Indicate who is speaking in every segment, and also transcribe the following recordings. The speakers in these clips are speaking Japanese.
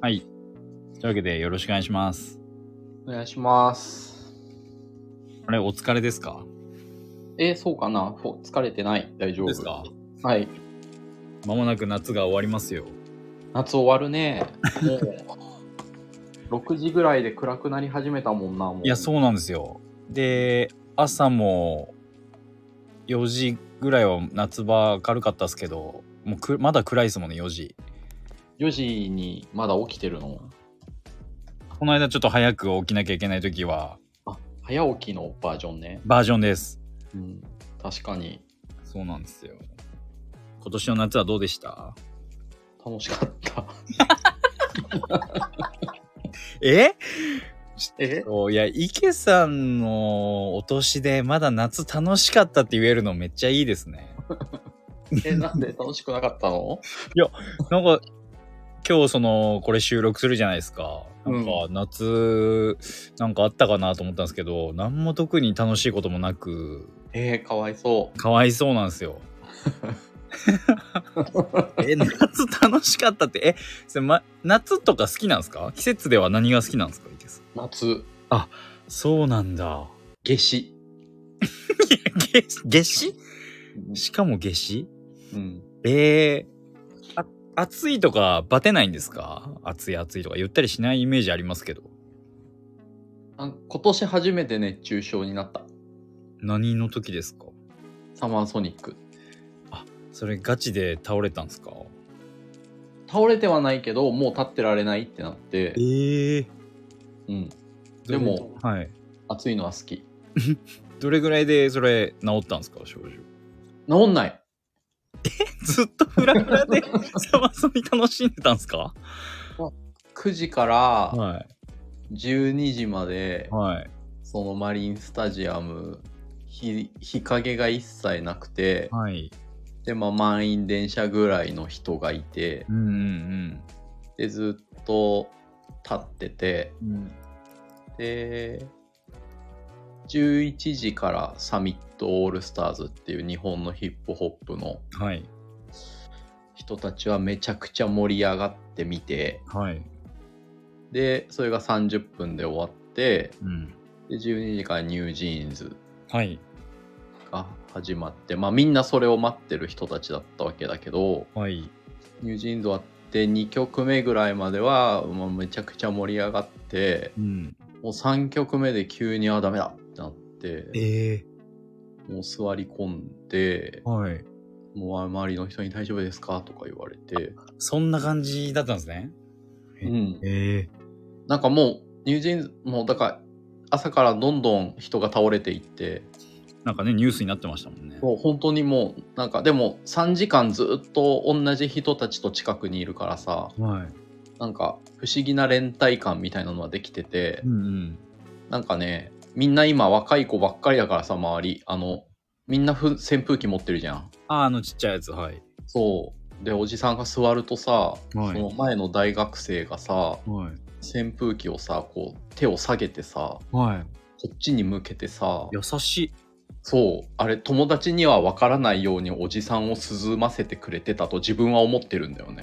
Speaker 1: はい。というわけでよろしくお願いします。
Speaker 2: お願いします。
Speaker 1: あれ、お疲れですか
Speaker 2: えーそうかなほ疲れてない大丈夫
Speaker 1: ですか
Speaker 2: はい。
Speaker 1: まもなく夏が終わりますよ。
Speaker 2: 夏終わるね。 もう、6時ぐらいで暗くなり始めたもんな、もう。
Speaker 1: いや、そうなんですよ。で、朝も4時ぐらいは夏場明るかったですけど、もうくまだ暗いですもんね、4時。
Speaker 2: 4時にまだ起きてるの
Speaker 1: この間ちょっと早く起きなきゃいけない時は、
Speaker 2: あ、早起きのバージョンね。
Speaker 1: バージョンです。
Speaker 2: うん。確かに、
Speaker 1: そうなんですよ。今年の夏はどうでした
Speaker 2: 楽しかった。
Speaker 1: え
Speaker 2: え
Speaker 1: そういや、池さんのお年でまだ夏楽しかったって言えるのめっちゃいいですね。
Speaker 2: え、なんで楽しくなかったの
Speaker 1: なんか、今日その、これ収録するじゃないですか。なんか、夏、なんかあったかなと思ったんですけど、何も特に楽しいこともなく、
Speaker 2: えー、かわいそ
Speaker 1: かわいそうなんですよ。え、夏楽しかったって、え、それま、夏とか好きなんですか季節では何が好きなんですか池さん。
Speaker 2: う。夏、
Speaker 1: そうなんだ。
Speaker 2: 夏至。
Speaker 1: 夏夏至しかも夏至
Speaker 2: うん。
Speaker 1: えー、あ暑いとかバテないんですか暑い暑いとか言ったりしないイメージありますけど。
Speaker 2: あ今年初めて熱中症になった。
Speaker 1: 何の時ですか
Speaker 2: サマーソニック。
Speaker 1: それガチで倒れたんですか
Speaker 2: 倒れてはないけど、もう立ってられないってなって、
Speaker 1: ええ
Speaker 2: うん。でも、
Speaker 1: はい。
Speaker 2: 暑いのは好き。
Speaker 1: どれぐらいでそれ治ったんですか症状。
Speaker 2: 治んない。
Speaker 1: ずっとフラフラで サマソニ楽しんでたんですか
Speaker 2: 9時から
Speaker 1: は
Speaker 2: 12時まで
Speaker 1: い。、はい。
Speaker 2: そのマリンスタジアム、日日陰が一切なくて、
Speaker 1: はい。
Speaker 2: で、まあ、満員電車ぐらいの人がいて
Speaker 1: う、んうん
Speaker 2: で、ずっと立ってて、
Speaker 1: うん。うん、
Speaker 2: で、11時からサミットオールスターズっていう日本のヒップホップの
Speaker 1: はい。
Speaker 2: 人たちはめちゃくちゃ盛り上がってみて、
Speaker 1: はい。
Speaker 2: で、それが30分で終わって、
Speaker 1: うん。
Speaker 2: で12時からニュージーンズ
Speaker 1: はい。
Speaker 2: が始まって、まあ、みんなそれを待ってる人たちだったわけだけど
Speaker 1: はい。
Speaker 2: ニュージーンズ終わって2曲目ぐらいまでは、もうめちゃくちゃ盛り上がって
Speaker 1: うん。
Speaker 2: もう3曲目で急にあダメだってなって
Speaker 1: ええ
Speaker 2: もう座り込んで
Speaker 1: はい。
Speaker 2: もう周りの人に大丈夫ですかとか言われて、
Speaker 1: そんな感じだったんですね。え
Speaker 2: うん、
Speaker 1: え
Speaker 2: なんかもうニュージーンズもうだから朝からどんどん人が倒れていって
Speaker 1: なんかね、ニュースになってましたもんね。
Speaker 2: もう本当にもうなんかでも3時間ずっと同じ人たちと近くにいるからさ
Speaker 1: はい。
Speaker 2: なんか不思議な連帯感みたいなのはできてて
Speaker 1: うんうん。
Speaker 2: なんかねみんな今若い子ばっかりだからさ周りあのみんなふ扇風機持ってるじゃん
Speaker 1: あ、あのちっちゃいやつ、はい。
Speaker 2: そうでおじさんが座るとさ、その前の大学生がさ
Speaker 1: はい。
Speaker 2: 扇風機をさこう手を下げてさ
Speaker 1: はい。
Speaker 2: こっちに向けてさ
Speaker 1: 優しい。
Speaker 2: そうあれ友達には分からないようにおじさんを涼ませてくれてたと自分は思ってるんだよね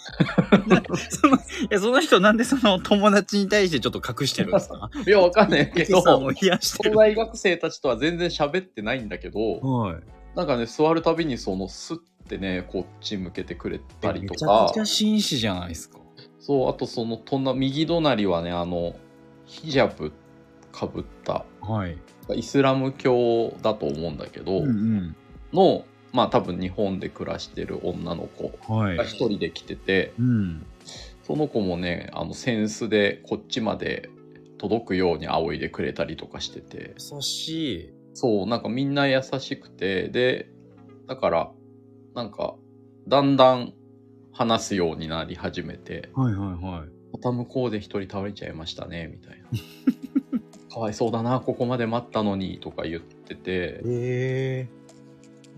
Speaker 1: そのえその人なんでその友達に対してちょっと隠してるんですか
Speaker 2: いや、わかんないけど、
Speaker 1: さん
Speaker 2: そ
Speaker 1: を冷やして
Speaker 2: の
Speaker 1: る。
Speaker 2: 大学生たちとは全然喋ってないんだけど、
Speaker 1: はい。
Speaker 2: なんかね、座るたびにそのスッてね、こっち向けてくれたり
Speaker 1: め
Speaker 2: と
Speaker 1: ちゃ
Speaker 2: か
Speaker 1: くち、ゃ紳士じゃないですか。
Speaker 2: そう、あとその隣、右隣はね、あの、ヒジャブかぶった、
Speaker 1: はい。
Speaker 2: イスラム教だと思うんだけど、
Speaker 1: うん
Speaker 2: の、まあ多分日本で暮らしてる女の子
Speaker 1: うん。は
Speaker 2: が
Speaker 1: い。
Speaker 2: 一人で来てて、
Speaker 1: うん。
Speaker 2: その子もね、あの、センスでこっちまで届くように仰いでくれたりとかしてて、
Speaker 1: 優しい。
Speaker 2: そう、なんかみんな優しくて、で、だから、なんか、だんだん話すようになり始めて、
Speaker 1: はいはいはい。
Speaker 2: また向こうで一人倒れちゃいましたね、みたいな。かわいそうだな、ここまで待ったのに、とか言ってて、
Speaker 1: え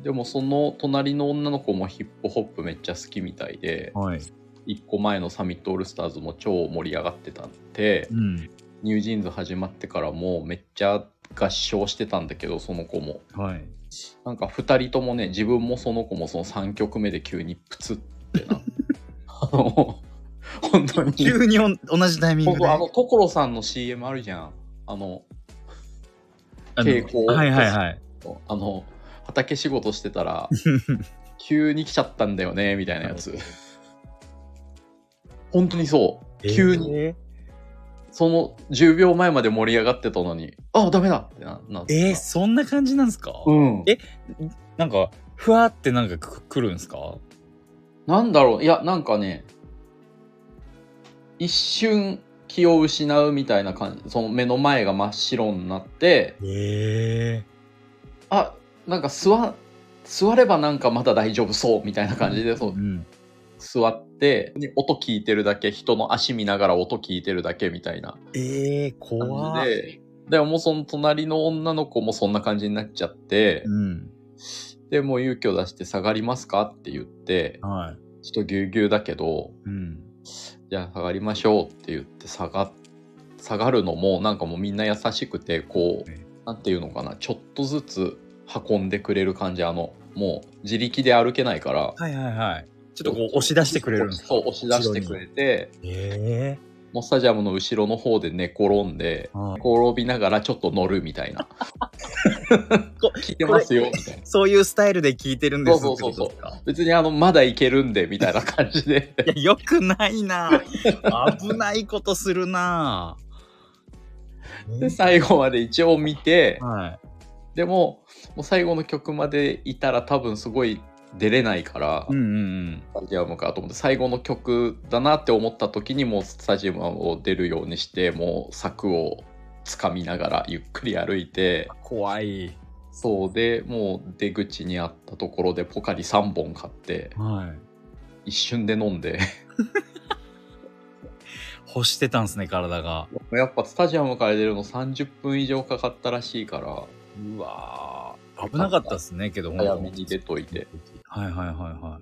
Speaker 2: でもその隣の女の子もヒップホップめっちゃ好きみたいで、
Speaker 1: はい。
Speaker 2: 一個前のサミットオールスターズも超盛り上がってたんで、
Speaker 1: うん。
Speaker 2: ニュージーンズ始まってからもめっちゃ合唱してたんだけど、その子も。
Speaker 1: はい。
Speaker 2: なんか2人ともね自分もその子もその3曲目で急にプツってな あの本当に
Speaker 1: 急におん同じタイミングで
Speaker 2: 僕あの所さんの CM あるじゃんあの
Speaker 1: あの
Speaker 2: 傾向
Speaker 1: はいはいはい
Speaker 2: あの畑仕事して たら急に来ちゃったんだよねみたいなやつ本当にそう急に
Speaker 1: え
Speaker 2: その10秒前まで盛り上がってたのにあダメだってななっ
Speaker 1: ー
Speaker 2: て
Speaker 1: えーそんな感じなんですか、
Speaker 2: うん
Speaker 1: えなんかふわってなんかくくるんですか
Speaker 2: なんだろういやなんかね一瞬気を失うみたいな感じその目の前が真っ白になって
Speaker 1: え
Speaker 2: あなんか座座ればなんかまだ大丈夫そうみたいな感じでそう
Speaker 1: うん
Speaker 2: 座って音聞いてるだけ人の足見ながら音聞いてるだけみたいな
Speaker 1: えー、怖
Speaker 2: 感じ
Speaker 1: い、
Speaker 2: ででもその隣の女の子もそんな感じになっちゃって、
Speaker 1: うん
Speaker 2: でもう勇気を出して「下がりますか?」って言って
Speaker 1: はい
Speaker 2: ちょっとぎゅうぎゅうだけど
Speaker 1: うん、
Speaker 2: じゃあ下がりましょうって言って下が下がるのもなんかもうみんな優しくてこう
Speaker 1: え
Speaker 2: なんていうのかなちょっとずつ運んでくれる感じあのもう自力で歩けないから
Speaker 1: はいはいはいちょっとこう押し出してくれるんですか
Speaker 2: そう押し出してくれて
Speaker 1: え
Speaker 2: もうスタジアムの後ろの方で寝転んで
Speaker 1: えー、
Speaker 2: 転びながらちょっと乗るみたいな
Speaker 1: こ
Speaker 2: 聞いてますよみたいな
Speaker 1: そういうスタイルで聞いてるんです
Speaker 2: そうそうそうそう
Speaker 1: ってことですか
Speaker 2: 別にあのまだいけるんでみたいな感じで
Speaker 1: いやよくないな危ないことするな
Speaker 2: で最後まで一応見て
Speaker 1: は
Speaker 2: でももう最後の曲までいたら多分すごい出れないから、
Speaker 1: いうんうんうん
Speaker 2: スタジアムかと思って最後の曲だなって思った時にもうスタジアムを出るようにしてもう柵をつかみながらゆっくり歩いて
Speaker 1: 怖い
Speaker 2: そうでもう出口にあったところでポカリ3本買って
Speaker 1: はい
Speaker 2: 一瞬で飲んで
Speaker 1: 干してたんすね体が
Speaker 2: やっぱスタジアムから出るの30分以上かかったらしいから
Speaker 1: うわー危なかったですねけど
Speaker 2: 早めに出といて
Speaker 1: はいはいはいは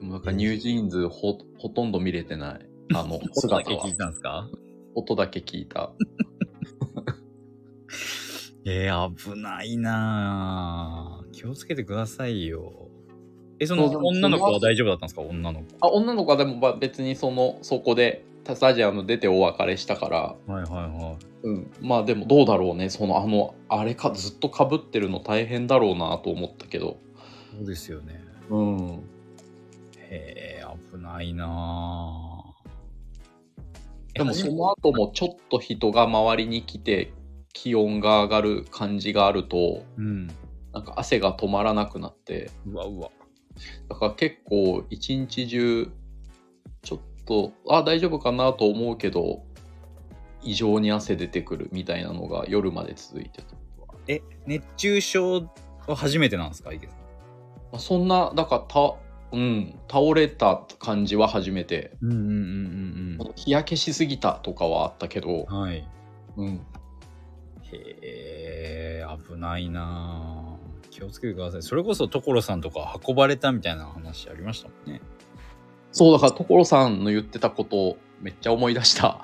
Speaker 2: でもなんかニュージーンズほほとんど見れてないあ
Speaker 1: い
Speaker 2: の
Speaker 1: 音だ
Speaker 2: 姿
Speaker 1: け
Speaker 2: は
Speaker 1: 聞いたんですか
Speaker 2: 音だけ聞いた
Speaker 1: えー、危ないなー気をつけてくださいよえそ
Speaker 2: そう
Speaker 1: の
Speaker 2: でも
Speaker 1: 女の子は大丈夫だったんですか女の
Speaker 2: あ女の子はでもまあ別にそのそこでスタジアム出てお別れしたから、
Speaker 1: 子はいはいはい
Speaker 2: うん、まあでもどうだろうねそのあのあれかずっとかぶってるの大変だろうなと思ったけど
Speaker 1: そうですよね
Speaker 2: うん
Speaker 1: へえ危ないなー
Speaker 2: でもその後もちょっと人が周りに来て気温が上がる感じがあると
Speaker 1: うん
Speaker 2: なんか汗が止まらなくなって
Speaker 1: うわうわ
Speaker 2: だから結構一日中ちょっとあ大丈夫かなと思うけど異常に汗出てくるみたいなのが夜まで続いてた。
Speaker 1: え熱中症は初めてなんですか池さん
Speaker 2: まあそんなだからた、うん、倒れた感じは初めて、
Speaker 1: うんうんうん
Speaker 2: 日焼けしすぎたとかはあったけど、
Speaker 1: んはい
Speaker 2: うん、
Speaker 1: へえ危ないなあ気をつけてくださいそれこそ所さんとか運ばれたみたいな話ありましたもんね
Speaker 2: そうだから所さんの言ってたことをめっちゃ思い出した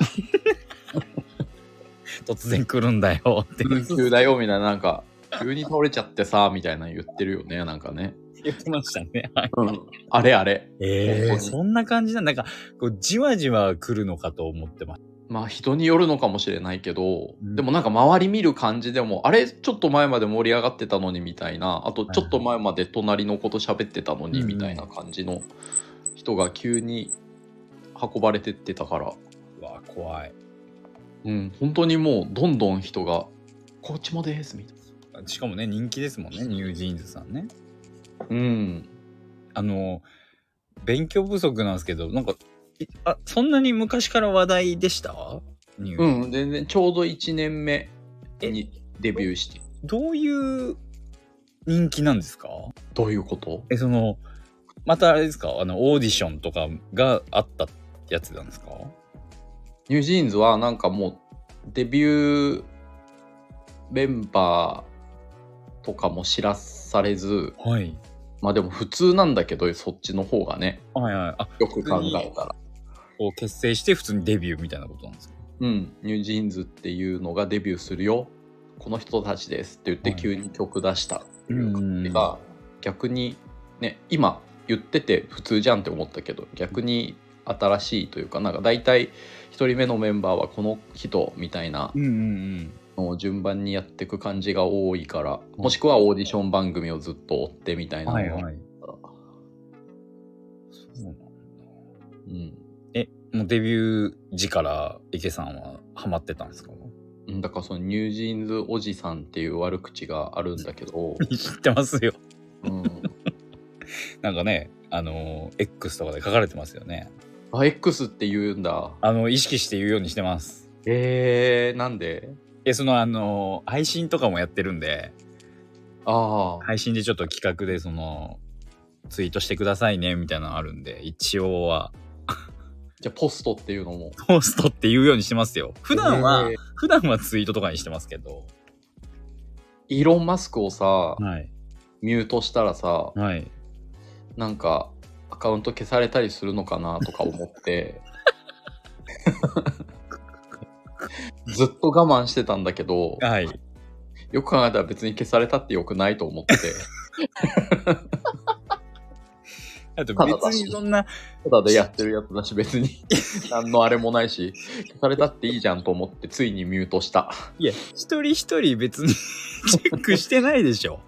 Speaker 1: 突然来るんだよって
Speaker 2: 「急だよ」みたいななんか急に倒れちゃってさみたいなの言ってるよねなんかね、
Speaker 1: 言ってましたねはい
Speaker 2: あれあれ
Speaker 1: え
Speaker 2: 本当
Speaker 1: え
Speaker 2: に
Speaker 1: そんな感じなんなんかこうじわじわ来るのかと思ってました
Speaker 2: まあ人によるのかもしれないけど、
Speaker 1: うん
Speaker 2: でもなんか周り見る感じでもあれちょっと前まで盛り上がってたのにみたいなあとちょっと前まで隣の子と喋ってたの
Speaker 1: う
Speaker 2: に
Speaker 1: んうん
Speaker 2: みたいな感じの人が急に運ばれてってたから、
Speaker 1: うわ怖い
Speaker 2: うん、本当にもうどんどん人が「こっちもです」みたい
Speaker 1: しかもね人気ですもんねニュージーンズさんね
Speaker 2: な。うん
Speaker 1: あの勉強不足なんですけどなんかいあそんなに昔から話題でしたニュー
Speaker 2: うん、全然ちょうど1年目
Speaker 1: え
Speaker 2: にデビューして
Speaker 1: どういう人気なんですか
Speaker 2: どういうこと
Speaker 1: えそのまたあれですかあのオーディションとかがあったやつなんですか
Speaker 2: ニュージーンズはなんかもうデビューメンバーとかも知らされず
Speaker 1: はい
Speaker 2: まあでも普通なんだけどそっちの方がね
Speaker 1: はいはいあ
Speaker 2: よく考えたら
Speaker 1: こう結成して普通にデビューみたいなことなんですか
Speaker 2: うんニュージーンズっていうのがデビューするよこの人たちですって言って
Speaker 1: はい
Speaker 2: 急に曲出したっていう感じが逆にね今言ってて普通じゃんって思ったけど逆に新しいというかなんか大体1人目のメンバーはこの人みたいな
Speaker 1: うんうん
Speaker 2: のを順番にやっていく感じが多いからもしくはオーディション番組をずっと追ってみた
Speaker 1: う
Speaker 2: い
Speaker 1: ん。
Speaker 2: な
Speaker 1: はい
Speaker 2: のが
Speaker 1: はい。
Speaker 2: うん
Speaker 1: もうデビュー時から池さんはハマってたんですか
Speaker 2: うんだからそのニュージーンズおじさんっていう悪口があるんだ けど、
Speaker 1: 知ってますよ。
Speaker 2: うん、
Speaker 1: なんかね、あのー X とかで書かれてますよね。
Speaker 2: あ X って言うんだ
Speaker 1: あの、意識して言うようにしてます。
Speaker 2: えー、なんで
Speaker 1: え、そのあのー配信とかもやってるんで、
Speaker 2: ああ、
Speaker 1: 配信でちょっと企画でその、ツイートしてくださいねみたいなのあるんで、一応は、
Speaker 2: じゃあポストっていうのも
Speaker 1: ポストって言うようにしてますよ。普段は、
Speaker 2: えー
Speaker 1: 普段はツイートとかにしてますけど。
Speaker 2: イーロン・マスクをさ
Speaker 1: はい。
Speaker 2: ミュートしたらさ
Speaker 1: はい。
Speaker 2: なんかアカウント消されたりするのかなとか思って ずっと我慢してたんだけど
Speaker 1: はい。
Speaker 2: よく考えたら別に消されたってよくないと思って て
Speaker 1: あと
Speaker 2: ただだ
Speaker 1: 別にそんな、
Speaker 2: ただでやってるやつだし 別に何のあれもないし消されたっていいじゃんと思ってついにミュートした
Speaker 1: いや、一人一人別に チェックしてないでしょ。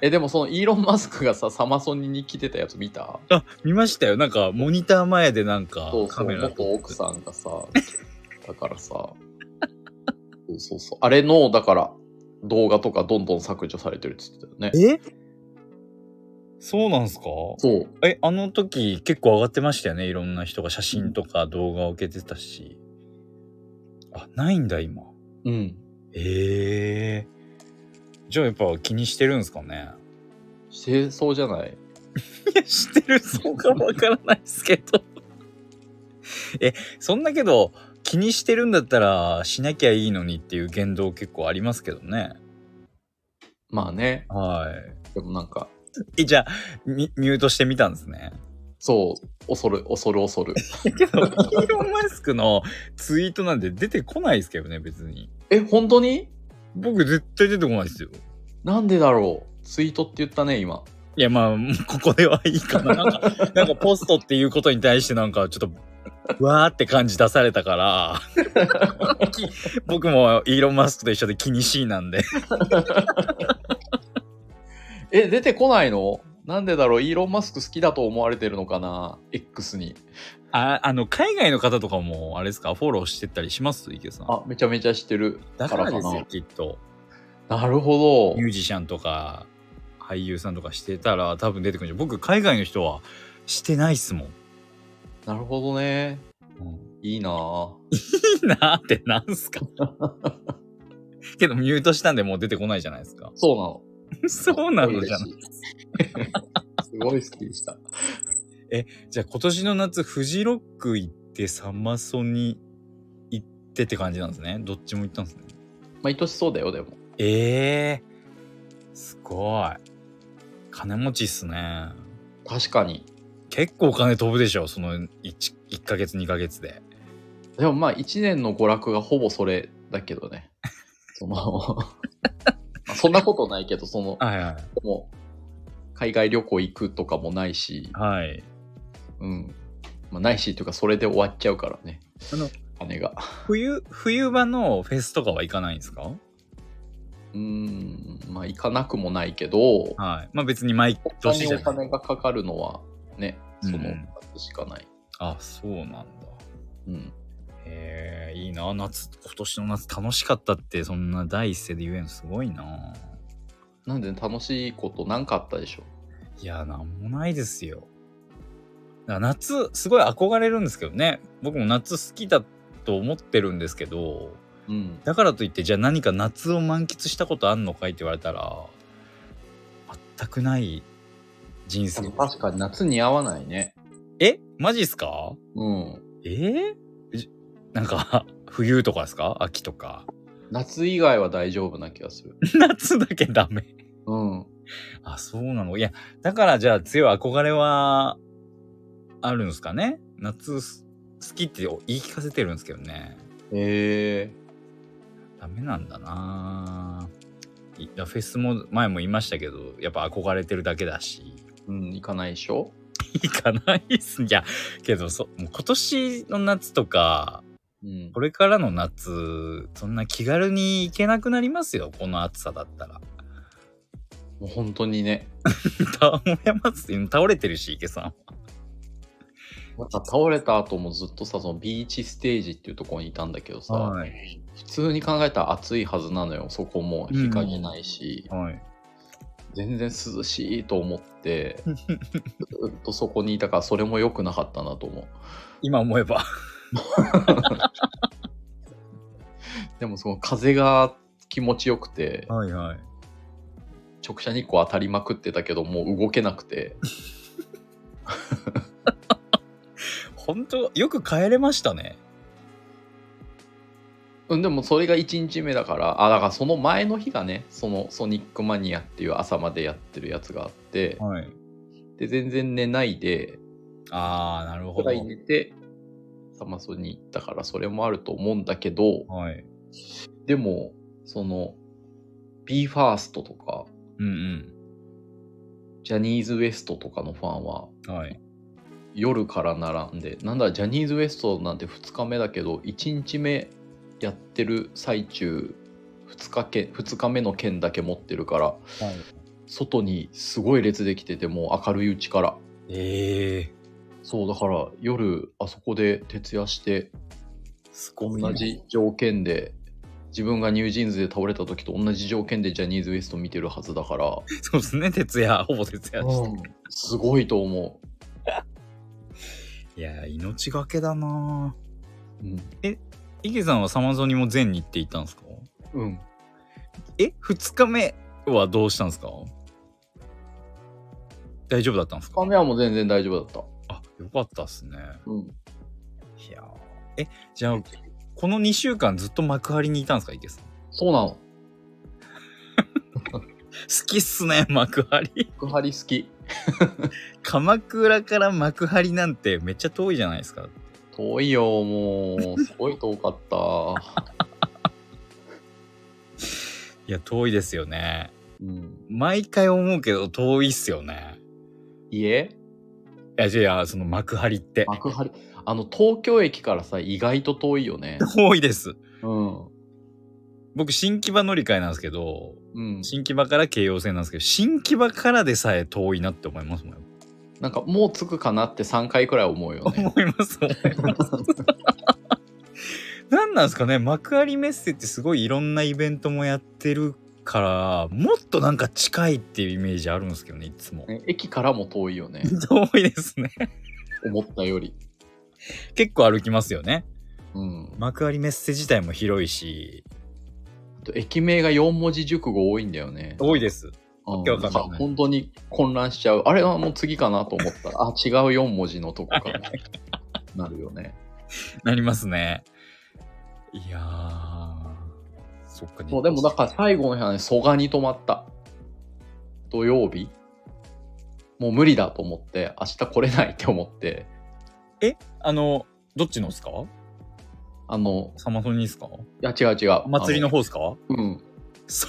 Speaker 2: えでもそのイーロン・マスクがさサマソニに来てたやつ見た
Speaker 1: あ、見ましたよ。なんか、モニター前でなんか
Speaker 2: そう、そ
Speaker 1: カ
Speaker 2: う
Speaker 1: メラ
Speaker 2: 元奥さんがさだからさそうそうそうあれのだから動画とかどんどん削除されてるっつってたよね
Speaker 1: えそうなんすか
Speaker 2: そう
Speaker 1: え、あの時結構上がってましたよね。いろんな人が写真とか動画を受けてたし。あ、ないんだ、今。
Speaker 2: うん
Speaker 1: ええじゃあやっぱ気にしてるんすかね
Speaker 2: してそうじゃない
Speaker 1: いや、知ってるそうかわからないですけど。え、そんなけど、気にしてるんだったら、しなきゃいいのにっていう言動結構ありますけどね。
Speaker 2: まあね
Speaker 1: は
Speaker 2: でもなんか
Speaker 1: い。え、じゃあ、ミミュートしてみたんですね。
Speaker 2: そう恐る恐る恐る
Speaker 1: けど、イーロン・マスクのツイートなんて出てこないですけどね、別に。
Speaker 2: え本当に
Speaker 1: 僕、絶対出てこないですよ。
Speaker 2: なんでだろうツイートって言ったね今
Speaker 1: いや、まあ、 もうここではいいかな。なんか、なんかポストっていうことに対してなんか、ちょっと、わーって感じ出されたから、き僕もイーロン・マスクと一緒で気にしいなんで。
Speaker 2: え出てこないのなんでだろうイーロン・マスク好きだと思われてるのかな X に
Speaker 1: あ、あの、海外の方とかも、あれですか、フォローしてったりします池さん。
Speaker 2: あめちゃめちゃしてる
Speaker 1: だからですよ、きっと。
Speaker 2: なるほ
Speaker 1: ミュージシャンとか、俳優さんとかしてたら、多分出てくるんじゃん。僕、海外の人はしてないっすもん。
Speaker 2: どなるほどねいいなぁ
Speaker 1: いいなーってなんすか けど、ミュートしたんでもう出てこないじゃないですか。
Speaker 2: そうなの
Speaker 1: そうなのじゃ ない
Speaker 2: すごい好きでした。
Speaker 1: じゃあ今年の夏フジロック行ってサマソに行ってって感じなんですねどっちも行ったんですね
Speaker 2: 毎年そうだよ、でも。
Speaker 1: ええすごい金持ちっすね
Speaker 2: 確かに。
Speaker 1: 結構お金飛ぶでしょその 1, 1ヶ月2ヶ月で
Speaker 2: でもまあ、1年の娯楽がほぼそれだけどね。その、 そんなことないけど、その、
Speaker 1: はいはい
Speaker 2: もう、海外旅行行くとかもないし、
Speaker 1: はい
Speaker 2: うん。まあ、ないしというか、それで終わっちゃうからね。
Speaker 1: あの
Speaker 2: 金が。
Speaker 1: 冬冬場のフェスとかは行かないんですか
Speaker 2: うーん、まあ、行かなくもないけど、
Speaker 1: はいまあ別に毎
Speaker 2: 他
Speaker 1: 年
Speaker 2: に
Speaker 1: じゃ
Speaker 2: お
Speaker 1: ない
Speaker 2: 金がかかるのは、ね、その
Speaker 1: うん、
Speaker 2: しかない。
Speaker 1: あそうなんだ
Speaker 2: うん。
Speaker 1: へえいいな夏今年の夏楽しかったってそんな第一声で言えるのすごいな
Speaker 2: なんで、楽しいことなんかあったでしょ
Speaker 1: いや、なんもないですよ。だから夏、すごい憧れるんですけどね。僕も夏好きだと思ってるんですけど、
Speaker 2: うん。
Speaker 1: だからといって、じゃあ何か夏を満喫したことあんのかいって言われたら、全くない人生。
Speaker 2: 確かに夏似合わないね。
Speaker 1: えマジっすか
Speaker 2: うん。
Speaker 1: えーじなんか、冬とかですか秋とか。
Speaker 2: 夏以外は大丈夫な気がする。
Speaker 1: 夏だけダメ。
Speaker 2: うん。
Speaker 1: あ、そうなのいや、だからじゃあ強い憧れは、あるんですかね夏す好きって言い聞かせてるんですけどね。
Speaker 2: へえ。
Speaker 1: ダメなんだなぁいやフェスも前も言いましたけどやっぱ憧れてるだけだし
Speaker 2: うん、行かないでしょ
Speaker 1: 行かないっすいやけどそもう今年の夏とか
Speaker 2: うん
Speaker 1: これからの夏そんな気軽に行けなくなりますよこの暑さだったら
Speaker 2: もう本当にね、
Speaker 1: 倒れますよ倒れてるし池さん
Speaker 2: なんか倒れた後もずっとさ、そのビーチステージっていうところにいたんだけどさ、
Speaker 1: はい
Speaker 2: 普通に考えたら暑いはずなのよ、そこも日陰ないし、
Speaker 1: はい
Speaker 2: 全然涼しいと思 って、ずっとそこにいたから、それも良くなかったなと思う。
Speaker 1: 今思えば
Speaker 2: でもその風が気持ちよくて、
Speaker 1: はいはい
Speaker 2: 直射日光当たりまくってたけど、もう動けなく て、
Speaker 1: 本当よく帰れましたね
Speaker 2: うん、でもそれが1日目だから、あ、だからその前の日がね、そのソニックマニアっていう朝までやってるやつがあって、
Speaker 1: はい
Speaker 2: で、全然寝ないで、
Speaker 1: ああなるほ
Speaker 2: ぐ
Speaker 1: ど
Speaker 2: らい寝て、サマソに行ったから、それもあると思うんだけど、
Speaker 1: はい
Speaker 2: でも、その、BE:FIRST とか、
Speaker 1: うん
Speaker 2: ジャニーズ WEST とかのファンは、
Speaker 1: うんはい
Speaker 2: 夜から並んで、なんだ、ジャニーズ WEST なんて2日目だけど、1日目やってる最中、2日け2日目の券だけ持ってるから、
Speaker 1: はい
Speaker 2: 外にすごい列できてて、もう明るいうちから。
Speaker 1: ええ
Speaker 2: そう、だから夜、あそこで徹夜して、
Speaker 1: すごいな
Speaker 2: 同じ条件で、自分がニュージーンズで倒れた時と同じ条件でジャニーズ WEST 見てるはずだから、
Speaker 1: そうですね徹夜ほぼ徹夜して、
Speaker 2: うんすごいと思
Speaker 1: いや命がけだな
Speaker 2: う。うん。
Speaker 1: 池さんはサマゾニも全日って行ったんですか
Speaker 2: うん、
Speaker 1: え2日目はどうしたんですか大丈夫だったんですか
Speaker 2: 2日目はもう全然大丈夫だった。
Speaker 1: あよかったっすね
Speaker 2: うん。
Speaker 1: いやーえじゃあこの2週間ずっと幕張にいたんですか池さん
Speaker 2: そうなの。
Speaker 1: 好きっすね幕張
Speaker 2: 幕張好き。
Speaker 1: 鎌倉から幕張なんてめっちゃ遠いじゃないですか
Speaker 2: 遠いよ、もう。すごい遠かった。
Speaker 1: いや遠いですよね
Speaker 2: うん、
Speaker 1: 毎回思うけど遠いっすよねい
Speaker 2: 家
Speaker 1: やいやその幕張って
Speaker 2: 幕張。あの、東京駅からさ、意外と遠いよね。
Speaker 1: 遠いです
Speaker 2: うん。
Speaker 1: 僕新木場乗り換えなんですけど
Speaker 2: うん。
Speaker 1: 新木場から京葉線なんですけど新木場からでさえ遠いなって思いますもん
Speaker 2: なんか、もう着くかなって3回くらい思うよね。
Speaker 1: 思います思います何なんですかね幕張メッセってすごいいろんなイベントもやってるからもっとなんか近いっていうイメージあるんですけどねい つも
Speaker 2: ね駅からも遠いよね。
Speaker 1: 遠いですね
Speaker 2: 思ったより。
Speaker 1: 結構歩きますよね
Speaker 2: うん。
Speaker 1: 幕張メッセ自体も広いし
Speaker 2: あと駅名が4文字熟語多いんだよね。
Speaker 1: 多いです
Speaker 2: うん
Speaker 1: わけわかんない
Speaker 2: なんか本当に混乱しちゃう。あれはもう次かなと思ったら、あ、違う4文字のとこ かな。なるよね。
Speaker 1: なりますねいやーそっか
Speaker 2: そうでもだから最後の日はね、蘇我に泊まった。土曜日もう無理だと思って、明日来れないって思って、
Speaker 1: あのどっちのですか
Speaker 2: あの、
Speaker 1: サマソニですか
Speaker 2: いや違う違う。
Speaker 1: お祭りの方ですか
Speaker 2: あの。うん。
Speaker 1: そ、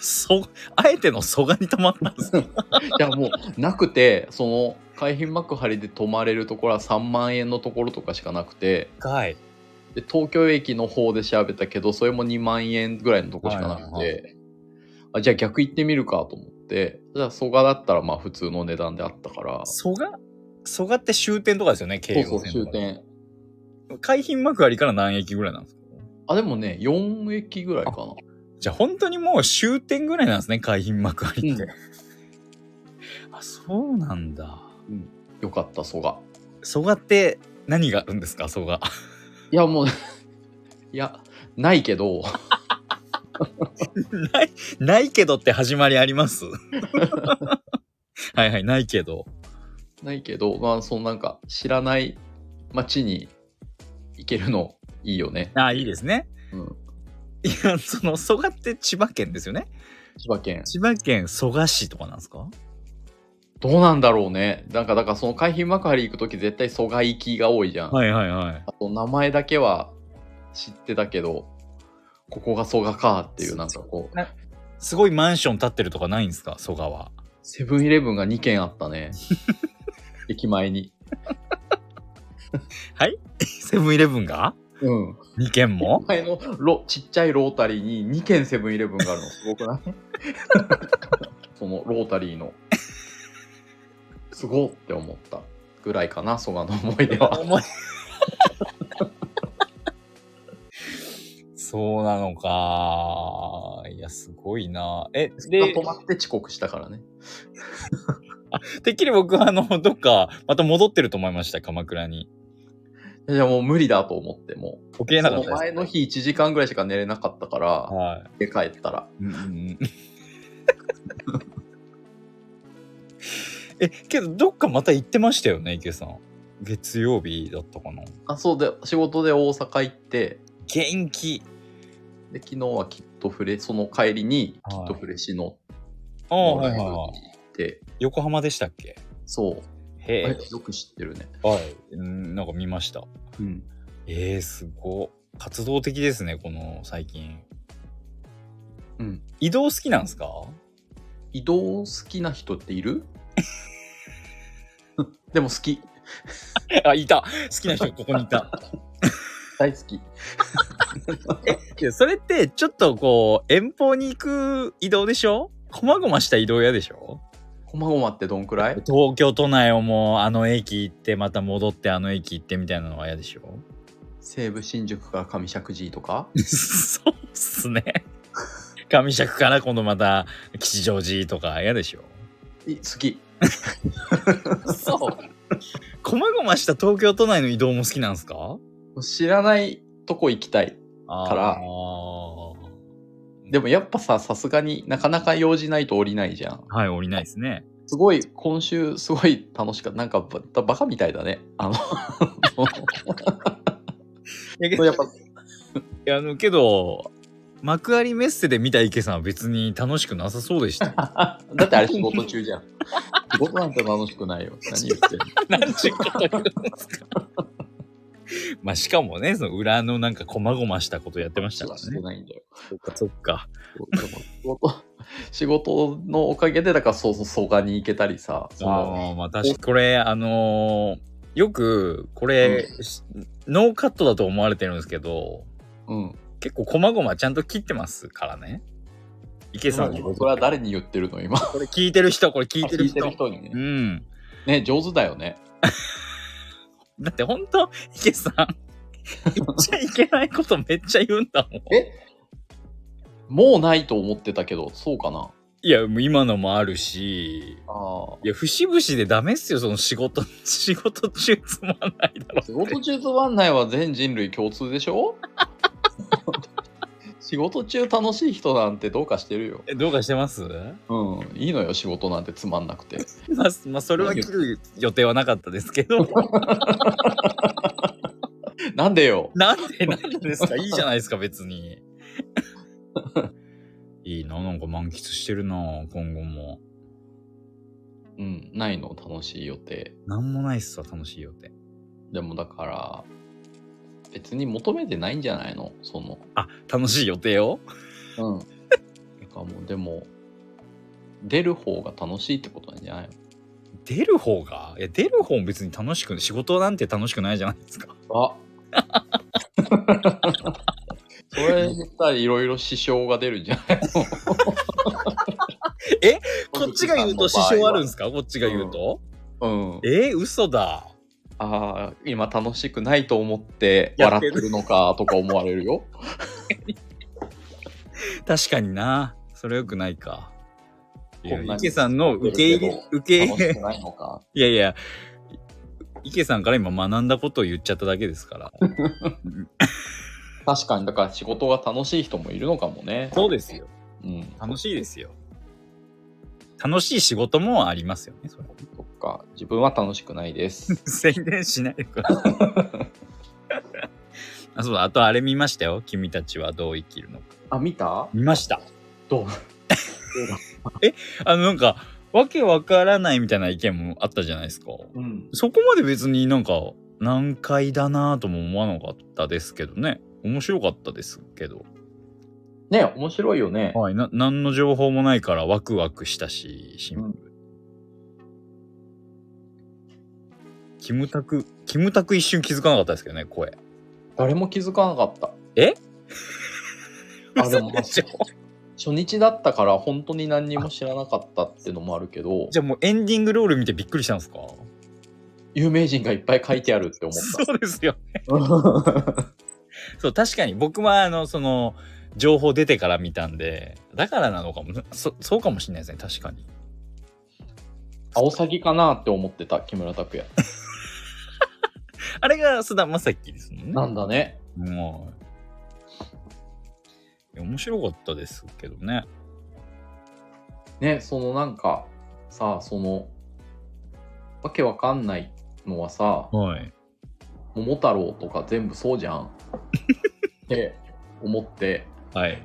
Speaker 1: そ、あえての蘇我に泊まったんですか
Speaker 2: じゃあもう、なくて、その、海浜幕張で泊まれるところは3万円のところとかしかなくて、
Speaker 1: はい。
Speaker 2: で東京駅の方で調べたけどそれも2万円ぐらいのとこしかなくて、
Speaker 1: はいはい
Speaker 2: あじゃあ逆行ってみるかと思ってじゃあ蘇我だったらまあ普通の値段であったからそ
Speaker 1: 蘇我蘇我って終点とかですよね、京
Speaker 2: う
Speaker 1: 王
Speaker 2: そう
Speaker 1: 線
Speaker 2: 終
Speaker 1: の。
Speaker 2: 点
Speaker 1: 海浜幕張から何駅ぐらいなんですか
Speaker 2: あでもね4駅ぐらいかな
Speaker 1: じゃあ本当にもう終点ぐらいなんですね、海浜幕張って。あ、そうなんだ。
Speaker 2: よかった蘇我
Speaker 1: 蘇我って何があるんですか、蘇我。
Speaker 2: いやもう いやないけど
Speaker 1: ない、ないけどって始まりありますはいはい、ないけど。
Speaker 2: ないけどまあそのなんか知らない街に行けるのいいよね、
Speaker 1: あ、いいですね。
Speaker 2: うん、
Speaker 1: いや、その、蘇我って千葉県ですよね。
Speaker 2: 千葉県
Speaker 1: 千葉県蘇我市とかなんですか
Speaker 2: どうなんだろうねなんかだからその海浜幕張行く時絶対蘇我行きが多いじゃん、
Speaker 1: はいはいはい。
Speaker 2: あと名前だけは知ってたけど、ここが蘇我かっていう、なんかこう、
Speaker 1: すごいマンション建ってるとかないんですか蘇我は。
Speaker 2: セブンイレブンが2軒あっ たね。駅前に。
Speaker 1: セブンイレブンが
Speaker 2: うん。
Speaker 1: ?2 軒も
Speaker 2: 前のロちっちゃいロータリーに2軒セブンイレブンがあるの、すごく ないそのロータリーの。すごって思ったぐらいかな、蘇我の思い出は。
Speaker 1: 重い そうなのか。いや、すごいな。え、で、
Speaker 2: 止まって遅刻したからね。
Speaker 1: てっきり僕、あの、どっか、また戻ってると思いました、鎌倉に。
Speaker 2: いや、もう無理だと思って、もう。
Speaker 1: 起きれなかった
Speaker 2: その前の日1時間ぐらいしか寝れなかったから、
Speaker 1: は
Speaker 2: 家帰ったら。
Speaker 1: い。うんうんうん、え、けど、どっかまた行ってましたよね、池さん。月曜日だったかな。
Speaker 2: あ、そうで、仕事で大阪行って、
Speaker 1: 元気。
Speaker 2: で、昨日はきっとフレ、その帰りに、き
Speaker 1: はい
Speaker 2: っとフレシの、
Speaker 1: ああ、はいはい
Speaker 2: 行
Speaker 1: はい。
Speaker 2: って、
Speaker 1: 横浜でしたっけ
Speaker 2: そう。
Speaker 1: へ
Speaker 2: あ
Speaker 1: え
Speaker 2: れ。よく知ってるね。
Speaker 1: はい。うんなんか見ました。
Speaker 2: うん。
Speaker 1: えー、すごっ。活動的ですね、この最近。
Speaker 2: うん。
Speaker 1: 移動好きなんですか
Speaker 2: 移動好きな人っている でも好き。
Speaker 1: あ、いた。好きな人、ここにいた。
Speaker 2: 大好き。
Speaker 1: いやそれって、ちょっとこう、遠方に行く移動でしょこまごました移動屋でしょ
Speaker 2: こまごまってどんくらい
Speaker 1: 東京都内をもう、あの駅行って、また戻って、あの駅行ってみたいなのは嫌でしょ
Speaker 2: 西武新宿から上石寺とか
Speaker 1: そうっすね。上尺から今度また吉祥寺とか嫌でしょ
Speaker 2: い好き。
Speaker 1: そう。こまごました東京都内の移動も好きなんですか
Speaker 2: 知らないとこ行きたい。
Speaker 1: あ
Speaker 2: ら
Speaker 1: ー
Speaker 2: でもやっぱさ、さすがになかなか用事ないと降りないじゃん。
Speaker 1: はい、降りないですね。
Speaker 2: すごい、今週すごい楽しかった。なんかババカみたいだね。あ
Speaker 1: いやけ
Speaker 2: の、
Speaker 1: ど、
Speaker 2: やっぱ
Speaker 1: いやあのけど幕張メッセで見た池さんは別に楽しくなさそうでした よ。
Speaker 2: だってあれ仕事中じゃん。仕事なんて楽し くないよ。何言ってんの。
Speaker 1: 何ちゅうこと言うんですか。 まあしかもね、その裏のなんか細々したことやってましたから
Speaker 2: して
Speaker 1: ね。
Speaker 2: ないんだよ。
Speaker 1: そっかそっか。
Speaker 2: 仕事仕事のおかげで、だからそうそう、蘇我に行けたりさ。その
Speaker 1: ああまあ確かにこれあのーよくこれ、しノーカットだと思われてるんですけど、
Speaker 2: うん。
Speaker 1: 結構細々ちゃんと切ってますからね。池さんのこ
Speaker 2: それは誰に言ってるの今。
Speaker 1: れ聞いてる人、これ聞いてる人。
Speaker 2: 聞いてる人に
Speaker 1: う
Speaker 2: ね。
Speaker 1: ん。
Speaker 2: ね、上手だよね。
Speaker 1: だって本当池さん言っちゃいけないことめっちゃ言うんだもん。
Speaker 2: もうないと思ってたけど、そうかな。
Speaker 1: いやもう今のもあるし
Speaker 2: あ
Speaker 1: いや節々でダメっすよその仕事仕事中つまんないだろ
Speaker 2: あ。仕事中つまんないは全人類共通でしょ 仕事中楽しい人なんてどうかしてるよ。
Speaker 1: えどうかしてます
Speaker 2: うん。いいのよ、仕事なんてつまんなくて。
Speaker 1: まあ、まあ、それは切る予定はなかったですけ ど
Speaker 2: なんでよ。
Speaker 1: なんでなんでですかいいじゃないですか別 にいいななんか満喫してるな今後も
Speaker 2: うん、ないの、楽しい予定。
Speaker 1: なんもないっすわ楽しい予定
Speaker 2: でもだから、別に求めてないんじゃないのその。
Speaker 1: あ楽しい予定を
Speaker 2: うん。 なんかもう、でも、出る方が楽しいってことなんじゃない
Speaker 1: 出る方がいや出る方も別に楽しく仕事なんて楽しくないじゃないです か
Speaker 2: のあそれ言ったらいろいろ支障が出るんじゃないの
Speaker 1: えこっちが言うと支障あるんです
Speaker 2: か
Speaker 1: かこっちが言うと、
Speaker 2: うん。
Speaker 1: えー、嘘だ
Speaker 2: ああ、今楽しくないと思って笑ってるのかとか思われ るよ。
Speaker 1: 確かになそれよくないかいや
Speaker 2: こんなに
Speaker 1: 池さんの受け入れ受け
Speaker 2: 楽
Speaker 1: 入
Speaker 2: し
Speaker 1: れ
Speaker 2: くないのか。
Speaker 1: いやいや池さんから今学んだことを言っちゃっただけですから
Speaker 2: 確かに、だから仕事が楽しい人もいるのかもね。
Speaker 1: そうですよ
Speaker 2: うん。
Speaker 1: 楽しいですよ楽しい仕事もありますよねそれ
Speaker 2: そっか。自分は楽しくないです。
Speaker 1: 宣伝しないでくださ いあそうだあとあれ見ましたよ君たちはどう生きるのか
Speaker 2: あ、見た
Speaker 1: 見ました
Speaker 2: どう
Speaker 1: あのなんかわけわからないみたいな意見もあったじゃないですか
Speaker 2: うん。
Speaker 1: そこまで別になんか難解だなぁとも思わなかったですけどね面白かったですけど
Speaker 2: ね面白いよね。
Speaker 1: はい、な何の情報もないからワクワクしたし、新聞。
Speaker 2: うん
Speaker 1: キムタク、キムタク一瞬気づかなかったですけどね、声。
Speaker 2: 誰も気づかなかった。
Speaker 1: え
Speaker 2: あで もまあ
Speaker 1: 嘘でしょ
Speaker 2: 初日だったから本当に何にも知らなかったっていうのもあるけど
Speaker 1: じゃあもうエンディングロール見てびっくりしたんですか
Speaker 2: 有名人がいっぱい書いてあるって思っ
Speaker 1: そうですよ。
Speaker 2: た。
Speaker 1: そう、確かに僕はあの、その、情報出てから見たんで、だからなのかも、そそうかもしれないですね、確かに。
Speaker 2: アオサギかなって思ってた木村拓哉。
Speaker 1: あれが菅田将暉ですもんね。
Speaker 2: なんだね。
Speaker 1: はい。いや面白かったですけどね。
Speaker 2: ねそのなんかさそのわけわかんないのはさ
Speaker 1: はい。
Speaker 2: 桃太郎とか全部そうじゃ んって思って
Speaker 1: はい。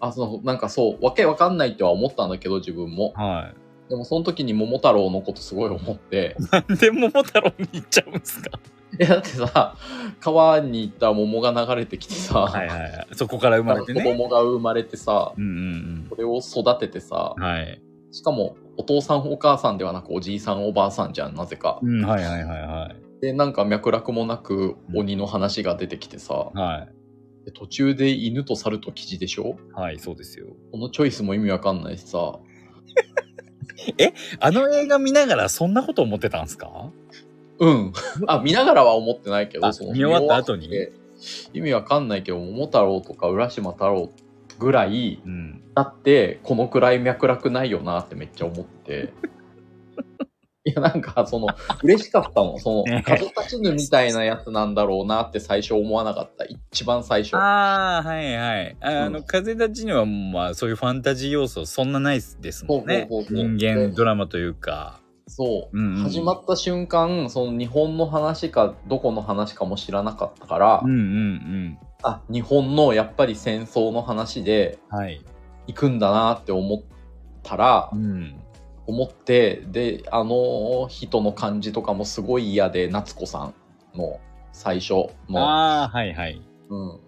Speaker 2: あそのなんかそうわけわかんないっては思ったんだけど自分も
Speaker 1: は
Speaker 2: でもその時に桃太郎のことすごい思って
Speaker 1: い。 で、桃太郎に行っちゃうんですか
Speaker 2: えだってさ川に行った桃が流れてきてさ、
Speaker 1: はいはいはい。そこから生まれて
Speaker 2: 子
Speaker 1: ね。
Speaker 2: 供が生まれてさ
Speaker 1: うんうん
Speaker 2: これを育ててさ
Speaker 1: うん。はい。
Speaker 2: しかもお父さんお母さんではなくおじいさんおばあさんじゃんなぜか
Speaker 1: うん、はいはいはいはい。
Speaker 2: でなんか脈絡もなく
Speaker 1: うん
Speaker 2: 鬼の話が出てきてさ、
Speaker 1: は
Speaker 2: で途中で犬と猿とキジでしょ
Speaker 1: い。はい、そうですよ。
Speaker 2: このチョイスも意味わかんないしさ
Speaker 1: あの映画見ながらそんなこと思ってたんですか
Speaker 2: うんあ見ながらは思ってないけど
Speaker 1: あ見終わった後に
Speaker 2: 見終わって意味わかんないけど桃太郎とか浦島太郎ぐらい
Speaker 1: うん。
Speaker 2: だってこのくらい脈絡ないよなってめっちゃ思って いやなんかその嬉しかったのその
Speaker 1: ね
Speaker 2: カドタチヌみたいなやつなんだろうなって最初思わなかった一番最初
Speaker 1: ああ、はいはい。ああの、
Speaker 2: うん
Speaker 1: 風立ちには、まあ、そういうファンタジー要素そんなないですもんね。
Speaker 2: ほうほうほうほう
Speaker 1: 人間ドラマというか。
Speaker 2: そう、
Speaker 1: うんうん
Speaker 2: 始まった瞬間その日本の話かどこの話かも知らなかったから、
Speaker 1: うんうんうん。
Speaker 2: あ日本のやっぱり戦争の話で
Speaker 1: はい。
Speaker 2: 行くんだなって思ったら、
Speaker 1: うん。
Speaker 2: 思ってであの人の感じとかもすごい嫌で夏子さんの最初の、
Speaker 1: ああ、はいはい。
Speaker 2: うん、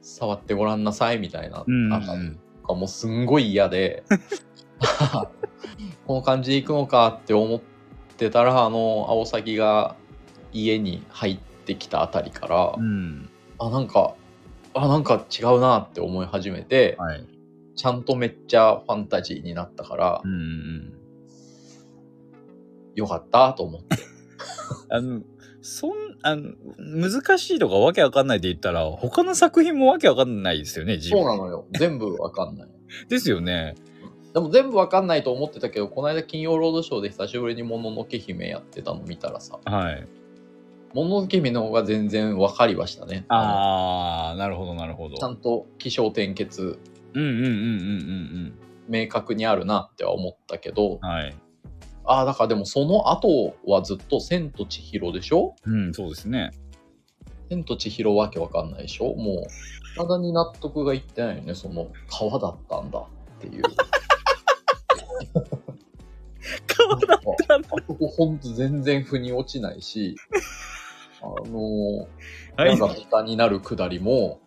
Speaker 2: 触ってごらんなさいみたいな、
Speaker 1: うん、う
Speaker 2: あの
Speaker 1: ん。
Speaker 2: とかもうすんごい嫌 でこの感じで行くのかって思ってたらあのアオサギが家に入ってきたあたりから、
Speaker 1: うん。
Speaker 2: あなんかあなんか違うなって思い始めて、
Speaker 1: はい。
Speaker 2: ちゃんとめっちゃファンタジーになったから、
Speaker 1: うんうんうん。
Speaker 2: よかったと思って
Speaker 1: あの、そん、あの、難しいとかわけわかんないで言ったら、他の作品もわけわかんないですよね、自
Speaker 2: そう
Speaker 1: 分。
Speaker 2: なのよ全部わかんない
Speaker 1: ですよね。
Speaker 2: でも全部わかんないと思ってたけどこの間金曜ロードショーで久しぶりに「もののけ姫」やってたの見たらさ
Speaker 1: はい。
Speaker 2: 「もののけ姫」の方が全然わかりはしたね
Speaker 1: ああ、なるほど、なるほど
Speaker 2: ち。ゃんと起承転結
Speaker 1: うんうんうんうん
Speaker 2: 明確にあるなっては思ったけど
Speaker 1: うんうん。はい。
Speaker 2: ああだからでもその後はずっと「千と千尋」でしょ
Speaker 1: うん、そうですね。
Speaker 2: 「千と千尋」わけわかんないでしょもう体に納得がいってないよねその川だったんだっていう
Speaker 1: 川
Speaker 2: だったんだあそこほんと全然腑に落ちないしあのー、
Speaker 1: はい。
Speaker 2: 矢
Speaker 1: うん
Speaker 2: が下になるくだりも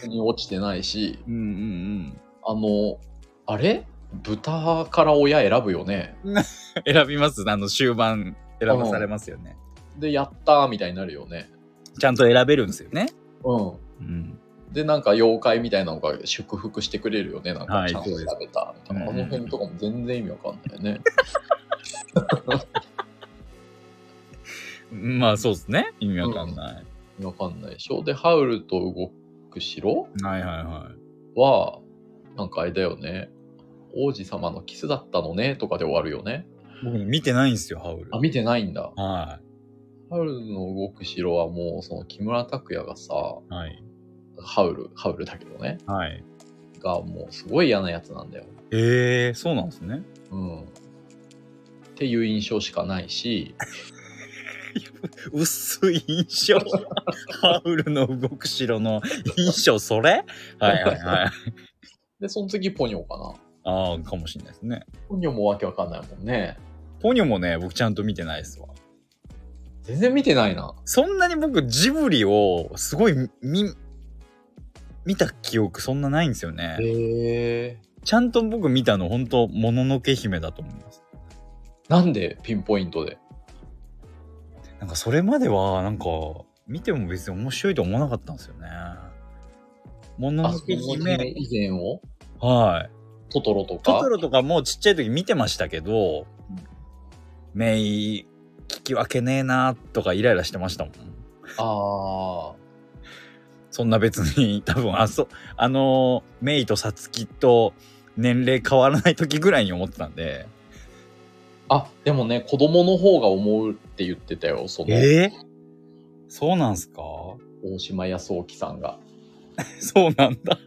Speaker 2: 腑に落ちてないし
Speaker 1: うん
Speaker 2: あのあれ豚から親選ぶよね
Speaker 1: うん。選びます。あの、終盤、選ばされますよね。
Speaker 2: で、やったーみたいになるよね。
Speaker 1: ちゃんと選べるんですよね。
Speaker 2: う
Speaker 1: うん。
Speaker 2: ん。で、なんか妖怪みたいなのが祝福してくれるよね。な
Speaker 1: は
Speaker 2: んか
Speaker 1: い
Speaker 2: ちゃんと
Speaker 1: そうです
Speaker 2: 食べたみたいな。
Speaker 1: う
Speaker 2: あ
Speaker 1: んうんうん
Speaker 2: の辺とかも全然意味わかんないよね。
Speaker 1: まあ、そうですね。意味わかんない。
Speaker 2: 意味わかんないでしょ。で、ハウルと動く城
Speaker 1: はいはいは
Speaker 2: は、なんかあれだよね。王子様のキスだったのねとかで終わるよね。
Speaker 1: い。僕見てないんですよ、ハウル
Speaker 2: あ、。見てないんだ。
Speaker 1: は
Speaker 2: ハウルの動く城はもう、その木村拓哉がさ、
Speaker 1: い。はい。
Speaker 2: ハウル、ハウルだけどね。
Speaker 1: はい。
Speaker 2: がもうすごい嫌なやつなんだよ。
Speaker 1: ええー、そうなんですね。
Speaker 2: うん。っていう印象しかないし、
Speaker 1: 薄い印 象ハウルの動く城の印象それはいはいはい
Speaker 2: で、その次ポニョかな。
Speaker 1: ああかもしれないですね
Speaker 2: ポニョもわけわかんないもんね。
Speaker 1: ポニョもね僕ちゃんと見てないですわ
Speaker 2: 全然見てないな。
Speaker 1: そんなに僕ジブリをすごいみ見た記憶そんなないんですよね。
Speaker 2: へえ
Speaker 1: ちゃんと僕見たの本当もののけ姫だと思います。
Speaker 2: なんでピンポイントで
Speaker 1: なんかそれまではなんか見ても別に面白いと思わなかったんですよね。もの
Speaker 2: あ
Speaker 1: の
Speaker 2: そ
Speaker 1: け
Speaker 2: の
Speaker 1: 姫。
Speaker 2: 以前を
Speaker 1: はい。
Speaker 2: トトロとか
Speaker 1: トトロとかもちっちゃい時見てましたけど、メイ聞き分けねえなとかイライラしてましたもん。
Speaker 2: ああ
Speaker 1: そんな別に多分あそあのメイとサツキと年齢変わらない時ぐらいに思ってたんで。
Speaker 2: あでもね子供の方が思うって言ってたよその
Speaker 1: えそうなんすか
Speaker 2: 大島康興さんが
Speaker 1: そうなんだ。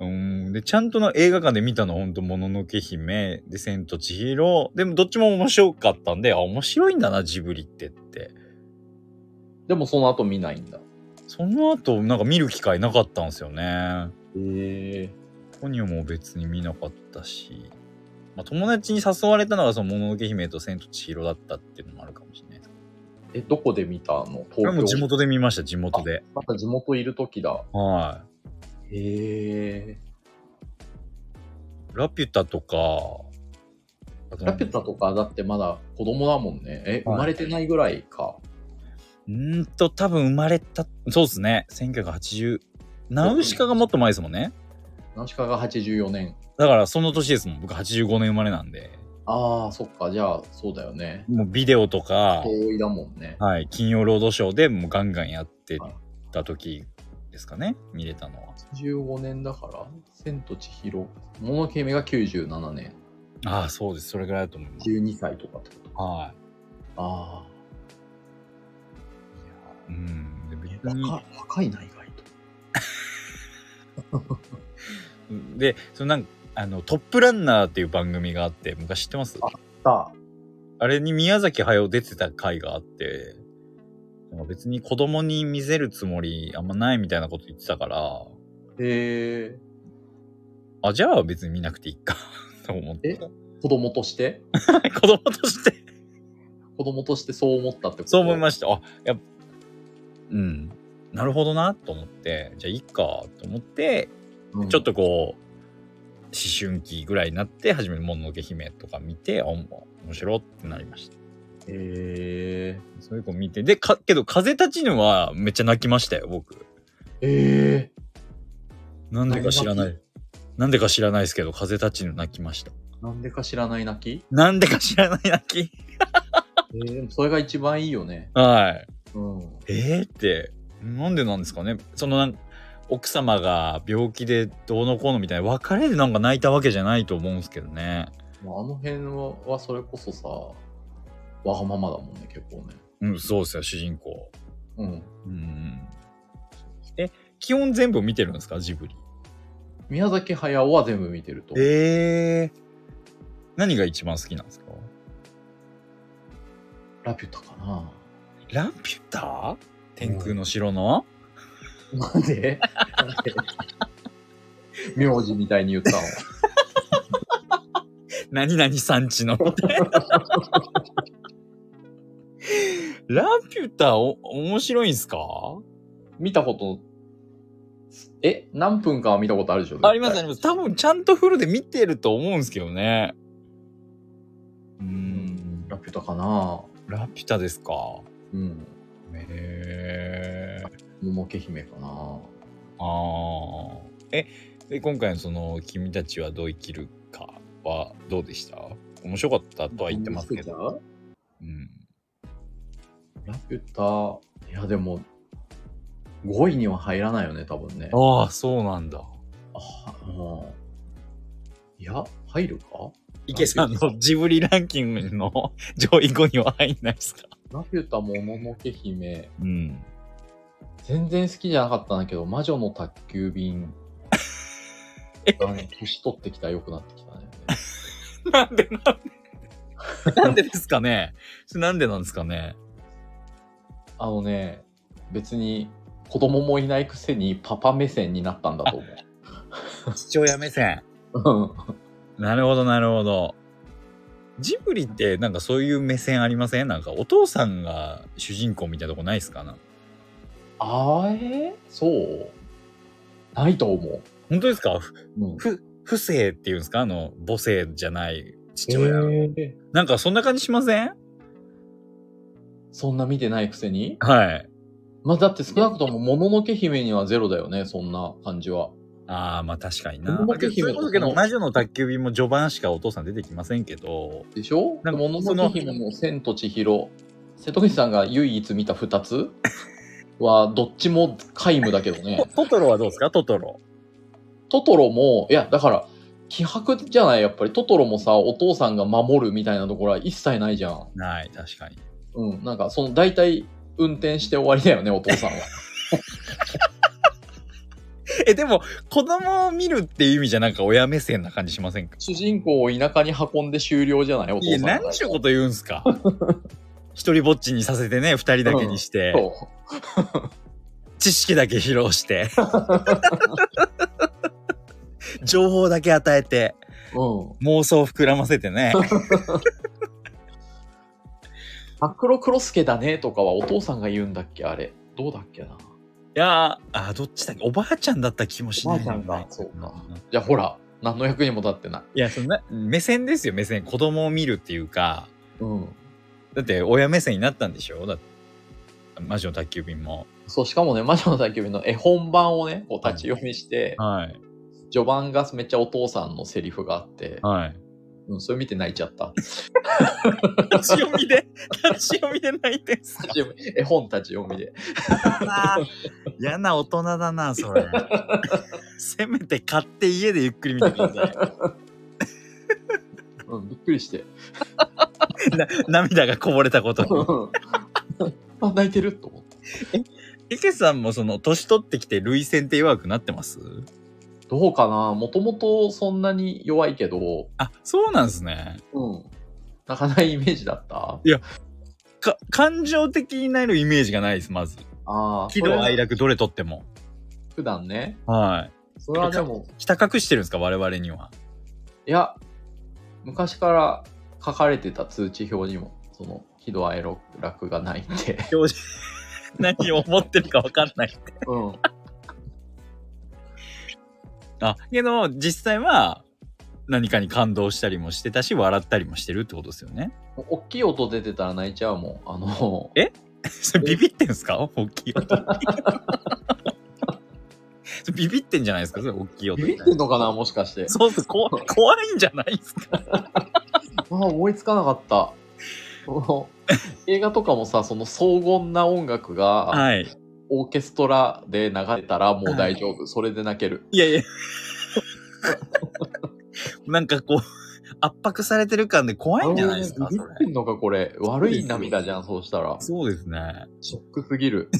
Speaker 1: うんでちゃんとの映画館で見たのほんと「もののけ姫」で「千と千尋」でもどっちも面白かったんであ面白いんだなジブリってって
Speaker 2: でもその後見ないんだ
Speaker 1: その後なんか見る機会なかったんですよね
Speaker 2: へえ
Speaker 1: ポニョも別に見なかったし、まあ、友達に誘われたのがその「もののけ姫」と「千と千尋」だったっていうのもあるかもしれないです
Speaker 2: えどこで見たの
Speaker 1: これ
Speaker 2: 東
Speaker 1: も
Speaker 2: 京
Speaker 1: 地元で見ました地元で
Speaker 2: また地元いる時だ
Speaker 1: は
Speaker 2: へ
Speaker 1: い
Speaker 2: え
Speaker 1: 「ラピュタ」とかあと
Speaker 2: ラピュタとかだってまだ子供だもんねえ生まれてないぐらいか
Speaker 1: うーんと、多分生まれた、そうですね。1980。ナウシカがもっと前ですもんね。
Speaker 2: ナウシカが84年
Speaker 1: だからその年ですもん。僕85年生まれなんで。
Speaker 2: ああそっかじゃあそうだよね
Speaker 1: もうビデオとか、
Speaker 2: 遠いだもんね
Speaker 1: はい、金曜ロードショーでもうガンガンやってた時ですかね。見れたのは。
Speaker 2: 15年だから「千と千尋」「もののけ姫」が97年
Speaker 1: ああ、そうです。それぐらいだと思います。
Speaker 2: 12歳とかってことか
Speaker 1: は
Speaker 2: あ
Speaker 1: い。うん。で別
Speaker 2: あ
Speaker 1: に
Speaker 2: 若若いな意外と
Speaker 1: で、そのなんか、あの、トップランナーっていう番組があって、昔知ってます
Speaker 2: さあ
Speaker 1: あれに宮崎駿出てた回があって、なんか別に子供に見せるつもりあんまないみたいなこと言ってたから、
Speaker 2: え
Speaker 1: あ、じゃあ別に見なくていいか と思って。
Speaker 2: ー、子供として
Speaker 1: 子供として、
Speaker 2: 子供としてそう思ったってこと
Speaker 1: そう思いま
Speaker 2: し
Speaker 1: した。あ、やっうん、なるほどなと思って、じゃあいいかと思って、
Speaker 2: た、うん
Speaker 1: ちょっとこう、思春期ぐらいになって、初めにもののけ姫とか見て、あ、おも面白ってなりました。
Speaker 2: え
Speaker 1: そういう子見て、で、か、けど風立ちぬはめっちゃ泣きましたよ、僕。
Speaker 2: ー、え
Speaker 1: なんでか知らな
Speaker 2: 何
Speaker 1: い。なんでか知らないですけど、風立ちぬ泣きました。
Speaker 2: ー、なんでか知らない泣き
Speaker 1: なんでか知らない泣き。
Speaker 2: えー、でもそれが一番いいよね
Speaker 1: はい。
Speaker 2: うん
Speaker 1: えー、って、なんでなんですかね。そのなん奥様が病気でどうのこうのみたいな、別れでなんか泣いたわけじゃないと思うんですけどね。
Speaker 2: まああの辺ははそれこそさわがままだもんね結構ね
Speaker 1: うん、そうですよ、主人公。
Speaker 2: うん
Speaker 1: うん。え、基本全部見てるんですか、ジブリ。
Speaker 2: 宮崎駿は全部見てると思う
Speaker 1: ええ何が一番好きなんですか
Speaker 2: ラピュタかな
Speaker 1: ラピュタ天空の城の、
Speaker 2: なんでなんで名字みたいに 言ったの。
Speaker 1: 何々産地のみたいな。ラピュタお面白いんすか
Speaker 2: 見たこと、え何分かは見たことあるでしょ
Speaker 1: ありますあ
Speaker 2: 絶
Speaker 1: ります。多分ちゃんとフルで見てると思うんすけどね。うー
Speaker 2: 対うん。ラピュタかな
Speaker 1: ラピュタですか。
Speaker 2: うん。
Speaker 1: へえ。
Speaker 2: ももけ姫かな
Speaker 1: ああ。え、で今回のその君たちはどう生きるかはどうでした？面白かったとは言ってますけど。
Speaker 2: ど。
Speaker 1: うん。
Speaker 2: ラピュタ、いやでも、5位には入らないよね、多分ね。
Speaker 1: ああ、そうなんだ。
Speaker 2: あ、うん。いや、入るか
Speaker 1: 池さんの ジブリランキング の上位5には入んないですか
Speaker 2: ラピュタ、もものけ姫、
Speaker 1: うん。
Speaker 2: 全然好きじゃなかったんだけど、魔女の宅急便がね、年取ってきたら良くなってきたね。
Speaker 1: なんでなんで なんでですかねそれなんでなんですかね
Speaker 2: あのね、別に子供もいないくせにパパ目線になったんだと
Speaker 1: 父親目線。
Speaker 2: 思う。
Speaker 1: なるほど、なるほど。ジブリってなんかそういう目線ありませんなんかお父さんが主人公みたいなとこないですかな
Speaker 2: あえそうないと思う。
Speaker 1: 本当ですか
Speaker 2: うん、
Speaker 1: ふ不正っていうんですかあの母性じゃない父親、
Speaker 2: え
Speaker 1: なんかそんな感じしません
Speaker 2: そんな見てないくせに
Speaker 1: はい
Speaker 2: まあだって少なくとも「もののけ姫」にはゼロだよねそんな感じは。
Speaker 1: ああまあ確かにな
Speaker 2: この
Speaker 1: だけ
Speaker 2: 時
Speaker 1: どそう
Speaker 2: 姫
Speaker 1: いうことだけど魔女の宅急便も序盤しかお父さん出てきませんけど
Speaker 2: でしょ
Speaker 1: なんか
Speaker 2: もののけ姫も「千と千尋」瀬戸口さんが唯一見た2つはどっちも皆無だけどね
Speaker 1: ト。トトロはどうですかトトロ
Speaker 2: トトロもいやだから気迫じゃないやっぱりトトロもさお父さんが守るみたいなところは一切ないじゃん。
Speaker 1: ない確かに
Speaker 2: うん、なんかその大体運転して終わりだよねお父さんは。
Speaker 1: えでも子供を見るっていう意味じゃなんか親目線な感じしませんか
Speaker 2: 主人公を田舎に運んで終了じゃないお
Speaker 1: い
Speaker 2: 父
Speaker 1: や
Speaker 2: さんは
Speaker 1: 何ちゅうこと言うんすか一人ぼっちにさせてね二人だけにして、
Speaker 2: そ
Speaker 1: 知識だけ披露して 情報だけ与えて
Speaker 2: う。うん。
Speaker 1: 妄想膨らませてね
Speaker 2: マクロクロスケだねとかはお父さんが言うんだっけあれ。どうだっけない
Speaker 1: やーあどっちだっけおばあちゃんだった気もしないでもない
Speaker 2: おばあちゃんだそうかじゃあほら、何の役にも立ってない。
Speaker 1: いやそんな目線ですよ目線子供を見るっていうか
Speaker 2: うん。
Speaker 1: だって親目線になったんでしょだって魔女の宅急便も
Speaker 2: そう、しかもね、魔女の宅急便の絵本版をね、こう立ち読みして、
Speaker 1: はい
Speaker 2: 序盤がめっちゃお父さんのセリフがあって、
Speaker 1: はい
Speaker 2: うん、それ見て泣いちゃった。
Speaker 1: 立ち読みで 立ち読みで泣いてんす
Speaker 2: 立ち読み絵本立ち読みで。
Speaker 1: か嫌な大人だなそれせめて買って家でゆっくり見てください
Speaker 2: うん、びっくりして。
Speaker 1: な涙がこぼれたこと に
Speaker 2: うんあ、泣いてると思って。
Speaker 1: 池さんもその年取ってきて涙腺って弱くなってます
Speaker 2: どうかなもともとそんなに弱いけど、
Speaker 1: あそうなんですね
Speaker 2: うん。泣かないイメージだった
Speaker 1: か感情的になるイメージがないですまず
Speaker 2: ああ、
Speaker 1: 喜
Speaker 2: それ
Speaker 1: 怒
Speaker 2: は
Speaker 1: 哀楽どれとっても
Speaker 2: 普段ね。
Speaker 1: は
Speaker 2: それはでも
Speaker 1: い、ひた隠してるんですか我々にはい
Speaker 2: や、昔から書かれてた通知表にも、その、喜怒哀楽がないんで。
Speaker 1: 表示何を思ってるか分かんない
Speaker 2: うん。
Speaker 1: あけど実際は何かに感動したりもしてたし笑ったりもしてるってことですよ ね
Speaker 2: 大きい音出てたら泣いちゃうもん。あの、
Speaker 1: えそれビビってんすか大きい 音それビビってんじゃないですかそれ大きい音
Speaker 2: ビビってんのかなもしかして。
Speaker 1: そうそう怖怖いんじゃないですか
Speaker 2: ああ、思いつかなかった。その映画とかもさ、その荘厳な音楽が、
Speaker 1: はい
Speaker 2: オーケストラで流れたらもう大丈夫。それで泣ける。
Speaker 1: いやいやなんかこう圧迫されてる感で怖いんじゃないですか
Speaker 2: あのね
Speaker 1: そ
Speaker 2: ビビ
Speaker 1: れ
Speaker 2: ってんのか、これ。悪い涙じゃん、そうしたら。
Speaker 1: そうですね
Speaker 2: ショックすぎる。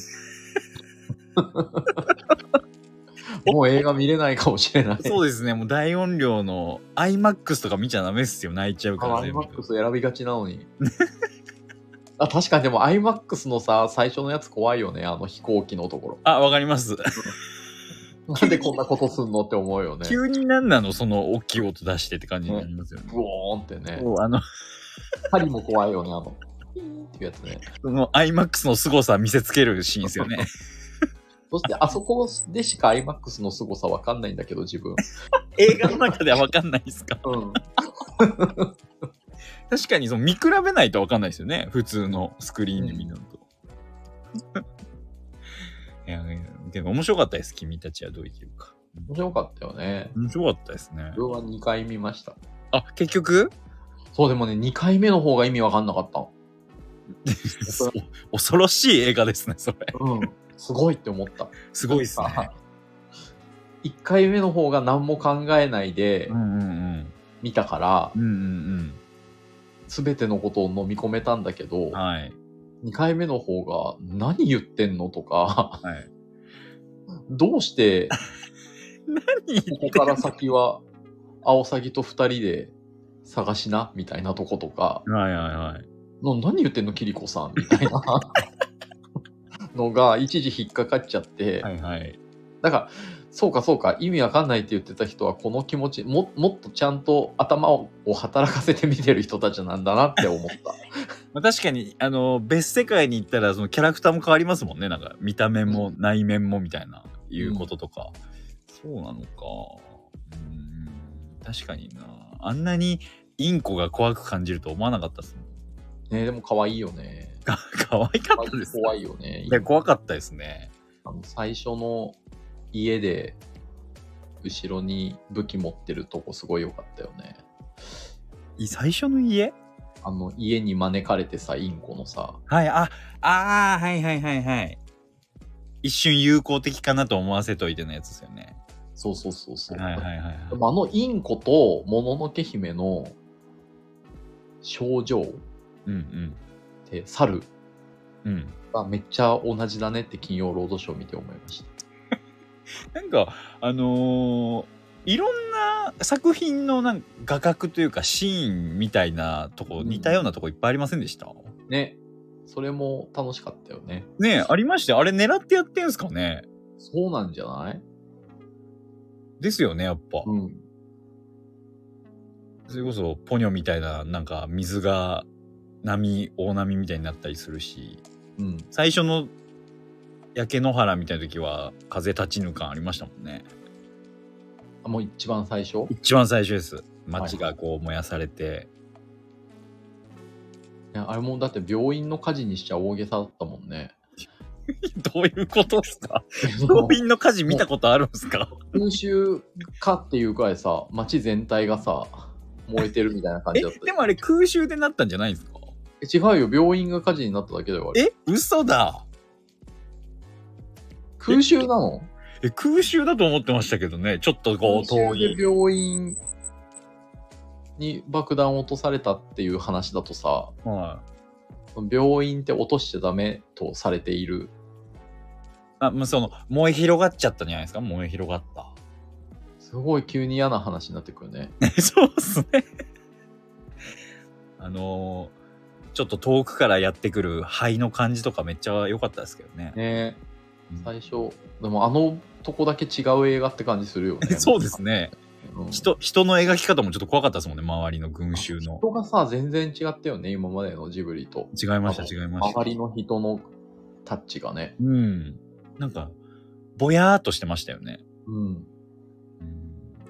Speaker 2: もう映画見れないかもしれない。
Speaker 1: そうですねもう大音量の iMAX とか見ちゃダメっすよ泣いちゃうから
Speaker 2: あ
Speaker 1: 全部
Speaker 2: iMAX 選びがちなのに。あ確かにでも iMAX のさ最初のやつ怖いよねあの飛行機のとこ
Speaker 1: あわかります
Speaker 2: ろなんでこんなことすんのって思うよね
Speaker 1: 急に何なのその大きい音出してって感じになりますよね。
Speaker 2: ブオーンってね
Speaker 1: そうあの、
Speaker 2: 針も怖いよねあのピーンっていうやつね
Speaker 1: その IMAX の凄さ見せつけるシーンですよ ね。
Speaker 2: そしてあそこでしか iMAX の凄さわかんないんだけど自分
Speaker 1: 映画の中では分かんないですか
Speaker 2: うん
Speaker 1: 確かにその見比べないと分かんないですよね。普通のスクリーンで見るのと。 いや、けど面白かったです。君たちはどう生きるか。
Speaker 2: 面白かったよね
Speaker 1: 面白かったですね。
Speaker 2: 自分は2回見ました
Speaker 1: あ、結 局
Speaker 2: そうでもね2回目の方が意味わかんなかった
Speaker 1: そう恐ろしい映画ですね、それ。
Speaker 2: うん、すごいって思った。
Speaker 1: すごいですね。
Speaker 2: 1回目の方が何も考えないで
Speaker 1: うんうんうん。
Speaker 2: 見たから
Speaker 1: う、んうん
Speaker 2: 全てのことを飲み込めたんだけど
Speaker 1: うん。、はい。
Speaker 2: 2回目の方が何言ってんのとか、
Speaker 1: はい。
Speaker 2: どうしてここから先はアオサギと2人で探しなみたいなとことか、
Speaker 1: はいはいはい。
Speaker 2: な何言ってんのキリコさんみたいなのが一時引っかかっちゃって、
Speaker 1: はいはい。
Speaker 2: だから、そうかそうか、意味わかんないって言ってた人は、この気持ちも、もっとちゃんと頭を働かせて見てる人たちなんだなって思 った。
Speaker 1: まあ、確かにあの別世界に行ったらそのキャラクターも変わりますもんねなんか見た目も内面もみたいないうこととか、そうなのか。うん、確かにな。あんなにインコが怖く感じると思わなかったですもん。
Speaker 2: ねでも可愛いよね。
Speaker 1: 可 愛かったです。
Speaker 2: 怖いよね。
Speaker 1: いや、怖かったですね。
Speaker 2: あの最初の家で後ろに武器持ってるとこすごい良かったよね。
Speaker 1: い最初の家
Speaker 2: あの家に招かれてさ、インコのさ、
Speaker 1: はい、あ、あーはいはいはいはい。一瞬友好的かなと思わせといてのやつですよね。
Speaker 2: そうそうそうそう。
Speaker 1: はいはいはいはい。
Speaker 2: でもあのインコともののけ姫の症状っ
Speaker 1: うん
Speaker 2: て猿
Speaker 1: うん。うん。
Speaker 2: がめっちゃ同じだねって金曜ロードショー見て思いました。
Speaker 1: なんか、あのーいろんな作品のなんか画角というかシーンみたいなとこ、
Speaker 2: うん
Speaker 1: 似たようなとこいっぱいありませんでした
Speaker 2: ね。それも楽しかったよね。
Speaker 1: ねえありましてあれ狙ってやってんすかね
Speaker 2: そうなんじゃない
Speaker 1: ですよねやっぱ、
Speaker 2: うん。
Speaker 1: それこそポニョみたいななんか水が波大波みたいになったりするし
Speaker 2: うん。
Speaker 1: 最初の焼け野原みたいな時は風立ちぬ感ありましたもんね
Speaker 2: あもう一番最初
Speaker 1: 一番最初です街がこう燃やされて、
Speaker 2: ねあれもだって病院の火事にしちゃ大げさだったも んね。
Speaker 1: どういうことですか 病院の火事見たことあるんですか
Speaker 2: 空襲かっていうくらいさ、街全体がさ、燃えてるみたいな感
Speaker 1: え
Speaker 2: じだった。
Speaker 1: でもあれ空襲でなったんじゃないんですか
Speaker 2: え違うよ、病院が火事になっただけだよ、あれ。
Speaker 1: え嘘だ
Speaker 2: 空襲なの
Speaker 1: え空襲だと思ってましたけどねちょっとこう
Speaker 2: 空
Speaker 1: 遠
Speaker 2: 襲
Speaker 1: い
Speaker 2: で病院に爆弾を落とされたっていう話だとさ、
Speaker 1: はい
Speaker 2: 病院って落としちゃダメとされている。
Speaker 1: あもうその燃え広がっちゃったんじゃないですか燃え広がった
Speaker 2: すごい急に嫌な話になってくるね。
Speaker 1: そうっすね。あのーちょっと遠くからやってくる灰の感じとかめっちゃ良かったですけどね。
Speaker 2: ね
Speaker 1: うん
Speaker 2: 最初、でもあのとこだけ違う映画って感じするよね。
Speaker 1: そうですね。
Speaker 2: うん
Speaker 1: 人、人の描き方もちょっと怖かったですもんね、周りの群衆の。
Speaker 2: 人がさ、全然違ったよね、今までのジブリと。
Speaker 1: 違いました、違いまし
Speaker 2: 周
Speaker 1: た。
Speaker 2: りの人のタッチがね。
Speaker 1: うん。なんか、ぼやーっとしてましたよね。
Speaker 2: うん。
Speaker 1: うん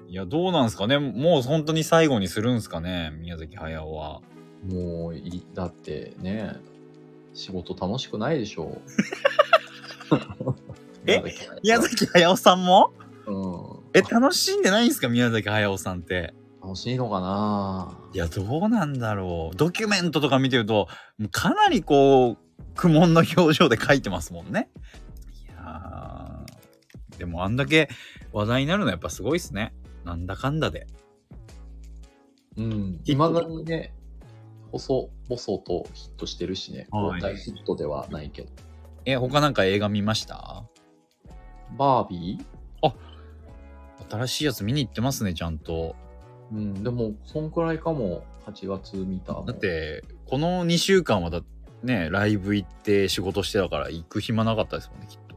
Speaker 1: いや、どうなんすかねもう本当に最後にするんすかね宮崎駿は。
Speaker 2: もういい、だってね、仕事楽しくないでしょ
Speaker 1: え
Speaker 2: 崎さん
Speaker 1: 宮崎駿さんも
Speaker 2: うん。
Speaker 1: え、楽しんでないんすか宮崎駿さんって。
Speaker 2: 楽しいのかない
Speaker 1: や、どうなんだろう。ドキュメントとか見てると、もうかなりこう、苦悶の表情で書いてますもんね。いやーでもあんだけ話題になるのはやっぱすごいっすね。なんだかんだで。
Speaker 2: うん。いまだにね、細々とヒットしてるしね、
Speaker 1: はい
Speaker 2: 大ヒットではないけど。
Speaker 1: え、他なんか映画見ました
Speaker 2: バービー
Speaker 1: 新しいやつ見に行ってますね、ちゃんと。
Speaker 2: うん、でも、そんくらいかも、8月見たの。
Speaker 1: だって、この2週間はだね、ライブ行って仕事してたから行く暇なかったですもんね、きっと。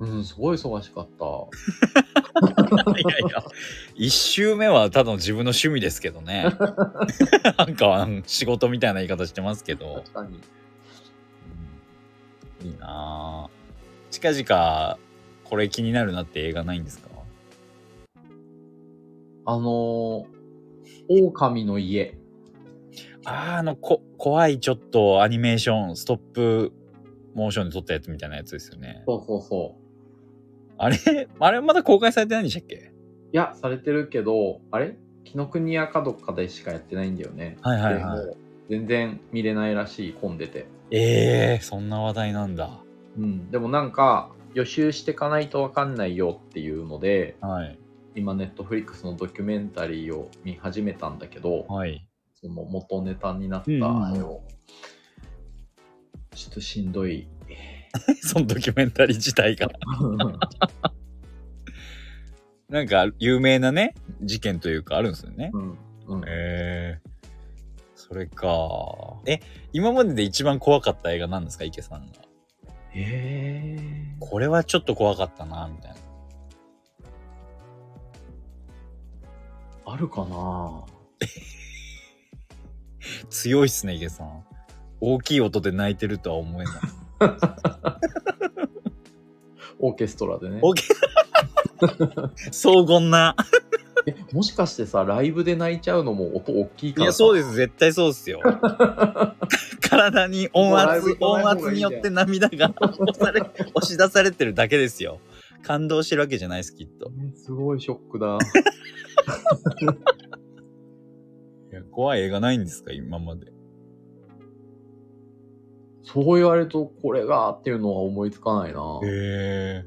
Speaker 2: うん、すごい忙しかった。
Speaker 1: いやいや、一周目はただの自分の趣味ですけどね。 なんかあの仕事みたいな言い方してますけど。
Speaker 2: 確かに。
Speaker 1: いいなぁ。近々、これ気になるなって映画ないんですか
Speaker 2: あのー、狼の家。
Speaker 1: あーあの、こ、怖いちょっとアニメーション、ストップモーションで撮ったやつみたいなやつですよね。
Speaker 2: そうそうそ
Speaker 1: あれ、あれまだ公開されてないんでしたっけ
Speaker 2: う。いや、されてるけど、あれ紀ノ国屋かどっかでしかやってないんだよね。
Speaker 1: はいはいはい
Speaker 2: でも全然見れないらしい、混んでて。
Speaker 1: ええー、そんな話題なんだ。
Speaker 2: うん。でもなんか、予習してかないとわかんないよっていうので、
Speaker 1: はい。
Speaker 2: 今、ネットフリックスのドキュメンタリーを見始めたんだけど、
Speaker 1: はい。
Speaker 2: その元ネタになった
Speaker 1: うんうん
Speaker 2: あれを、ちょっとしんどい。
Speaker 1: そのドキュメンタリー自体が。 なんか有名なね、事件というかあるんですよね。
Speaker 2: うん。 うん。
Speaker 1: へえそれか。え、今までで一番怖かった映画なんですか池さんが。
Speaker 2: えー
Speaker 1: これはちょっと怖かったな、みたいな。
Speaker 2: あるかな
Speaker 1: 強いっすね、池さん。大きい音で泣いてるとは思 えない。
Speaker 2: オーケストラでね。
Speaker 1: オーケ 荘厳な。
Speaker 2: えもしかしてさライブで泣いちゃうのも音大きい
Speaker 1: い
Speaker 2: から
Speaker 1: や、そう
Speaker 2: で
Speaker 1: です。絶対そうです よ。体に音圧、音
Speaker 2: もうライブ行かない方
Speaker 1: 圧
Speaker 2: がいい
Speaker 1: に
Speaker 2: じゃ
Speaker 1: よ
Speaker 2: ん
Speaker 1: って涙が押され押し出されてるだけですよ。感動してるわけじゃないです、きっと。
Speaker 2: すごいショックだ
Speaker 1: いや怖い映画ないんですか、今まで。
Speaker 2: そう言われるとこれがっていうのは思いつかないな
Speaker 1: へえ。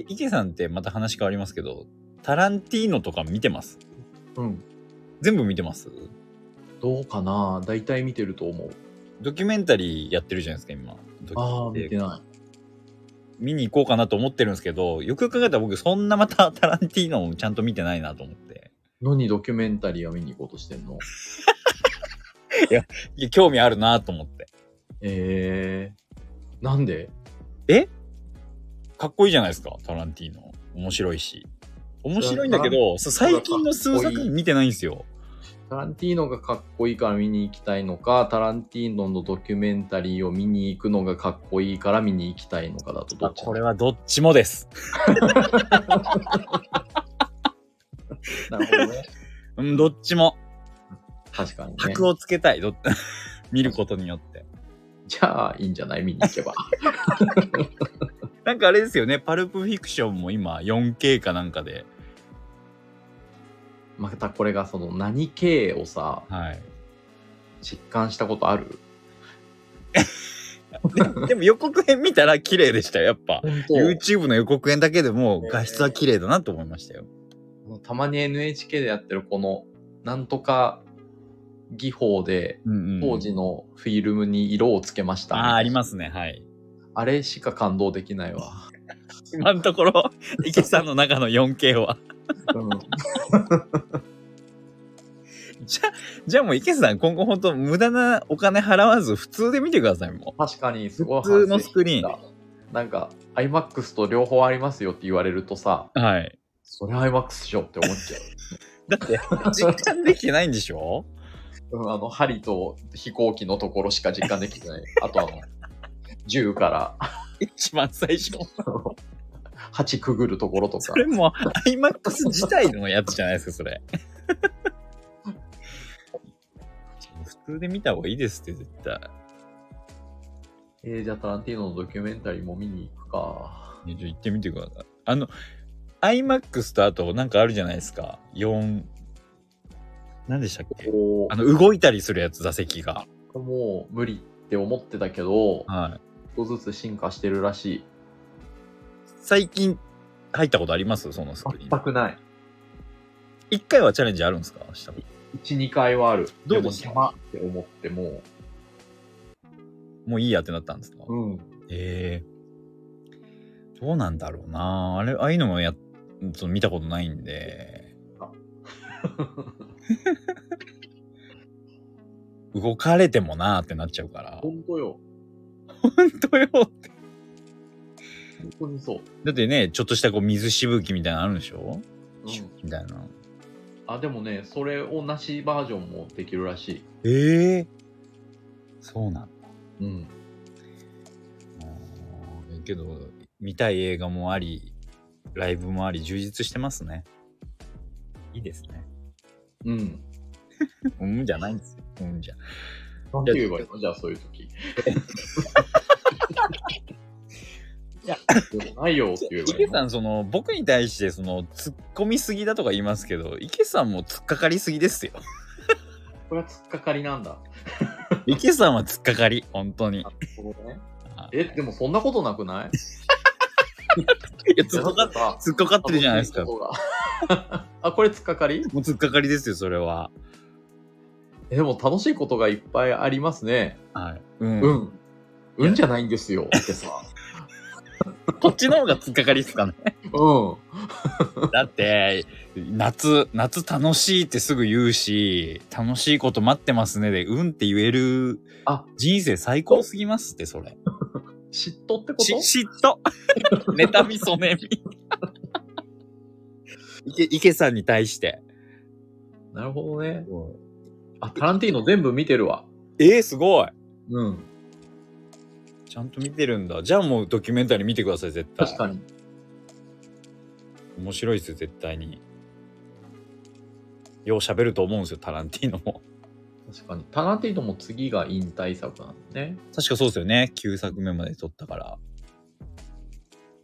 Speaker 1: え、池さんってまた話変わりますけど、タランティーノとか見てます
Speaker 2: うん
Speaker 1: 全部見てます
Speaker 2: どうかな大体見てると思う
Speaker 1: ドキュメンタリーやってるじゃないですか、今。ドキ
Speaker 2: ああ
Speaker 1: ュメ
Speaker 2: 見
Speaker 1: ンタ
Speaker 2: て
Speaker 1: リー
Speaker 2: な
Speaker 1: 見に行こうかなと思ってるんですけど、よくよく考えたら僕、そんなまたタランティーノもちゃんと見てないなと思って。
Speaker 2: いのにドキュメンタリーは見に行こうとしてんの
Speaker 1: いや興味あるなと思って。
Speaker 2: えー、なんで
Speaker 1: かっこいいじゃないですか、タランティーノ。面白いし。面白いんだけど、そう最近の数作品見てないんですよ。
Speaker 2: タランティーノがかっこいいから見に行きたいのかタランティーノのドキュメンタリーを見に行くのがかっこいいから見に行きたいのかだとど
Speaker 1: あ
Speaker 2: っち
Speaker 1: これはどっちもです。
Speaker 2: なるほどね
Speaker 1: うん、どっちも。
Speaker 2: 確かにね
Speaker 1: 箔をつけたい。どっ 見ることによって。
Speaker 2: じゃあいいんじゃない見に行けば
Speaker 1: なんかあれですよね、パルプフィクションも今 4K かなんかで。
Speaker 2: またこれがその何系をさ
Speaker 1: はい。
Speaker 2: 実感したことある
Speaker 1: ででも予告編見たら綺麗でしたよ、やっぱ。
Speaker 2: 本
Speaker 1: YouTube の予告編だけでも画質は綺麗だなと思いましたよ。
Speaker 2: たまに NHK でやってるこのなんとか技法で
Speaker 1: うんうん、
Speaker 2: 当時のフィルムに色をつけました、
Speaker 1: ああ、ありますね。はい。
Speaker 2: あれしか感動できないわ、
Speaker 1: 今のところ、池さんの中の 4K は。
Speaker 2: うん
Speaker 1: じゃ、じゃあもう池さん、今後本当無駄なお金払わず、普通で見てください、も
Speaker 2: 確かにすごい
Speaker 1: 普通のスクリーン
Speaker 2: 反省したなんか iMAX と両方ありますよって言われるとさ
Speaker 1: う。はい。
Speaker 2: それ iMAX っしょって思っちゃ
Speaker 1: だって、実感できてないんでしょ
Speaker 2: う、うん、あの針と飛行機のところしか実感できてないあとあの銃から
Speaker 1: 一番最初。
Speaker 2: あの鉢くぐるところとか
Speaker 1: それも iMAX 自体のやつじゃないですか、それ。普通で見た方がいいですって、絶対。
Speaker 2: えー、じゃあタランティーノのドキュメンタリーも見に行くか
Speaker 1: ねちょっと行ってみてください。あの、iMAX とあと、なんかあるじゃないですか。4、何でしたっけ
Speaker 2: こ
Speaker 1: あの、動いたりするやつ、座席が。
Speaker 2: うもう無理って思ってたけど
Speaker 1: はい。
Speaker 2: 一個ずつ進化してるらしい
Speaker 1: 最近、入ったことありますそのスクリー
Speaker 2: 全
Speaker 1: ン。
Speaker 2: くない
Speaker 1: 一回はチャレンジあるんですか明日も。
Speaker 2: 12回はある
Speaker 1: どうですか
Speaker 2: も邪魔って思っても
Speaker 1: もういいやってなったんですか、
Speaker 2: ううん
Speaker 1: ええどうなんだろうなあれ、ああいうのもや、その見たことないんで、 動かれてもなーってなっちゃうから。
Speaker 2: 本当よ
Speaker 1: 本当よって。
Speaker 2: 本当にそう、
Speaker 1: だってね、ちょっとしたこう水しぶきみたいなのあるんでしょ
Speaker 2: うん、
Speaker 1: みたいな。
Speaker 2: あでもねそれをなしバージョンもできるらし
Speaker 1: ええそうなんだ。
Speaker 2: いうん
Speaker 1: うんけど、見たい映画もあり、ライブもあり、充実してますね。いいですね。
Speaker 2: うん
Speaker 1: うんじゃないんですよ。うんじゃ。
Speaker 2: 何て言えばいいのじゃあそういう時い
Speaker 1: や
Speaker 2: でもないよって言えばい
Speaker 1: 池
Speaker 2: いの
Speaker 1: さん、その、僕に対して、その、突っ込みすぎだとか言いますけど、池さんも突っかかりすぎですよ。
Speaker 2: これは突っかかりなんだ
Speaker 1: 池さんは突っかかり、本当に。
Speaker 2: えでもそんなことなくな
Speaker 1: い
Speaker 2: い
Speaker 1: や突っかかっ
Speaker 2: か
Speaker 1: 突っかかってるじゃないですか。も
Speaker 2: あこれ突っかかり
Speaker 1: う突っかかりですよ、それは。
Speaker 2: えでも楽しいことがいっぱいありますね
Speaker 1: はい。うん。
Speaker 2: うんうんじゃないんですよってさ
Speaker 1: こっちの方が突っかかりっすかね。
Speaker 2: うん
Speaker 1: だって、夏、夏楽しいってすぐ言うし、楽しいこと待ってますねで、うんって言える
Speaker 2: あ
Speaker 1: 人生最高すぎますって、それ。
Speaker 2: 嫉妬ってこ
Speaker 1: し
Speaker 2: と
Speaker 1: 嫉妬妬 み、そねみ。池、池さんに対して。
Speaker 2: なるほどねあタランティーノ全部見てるわ
Speaker 1: えー、すごい。
Speaker 2: うん
Speaker 1: ちゃんと見てるんだ。じゃあもうドキュメンタリー見てください、絶対。
Speaker 2: 確かに。
Speaker 1: 面白いですよ絶対によう喋ると思うんですよタランティーノも
Speaker 2: 確かにタランティーノも次が引退作なんですね
Speaker 1: 確かそうですよね9作目まで撮ったから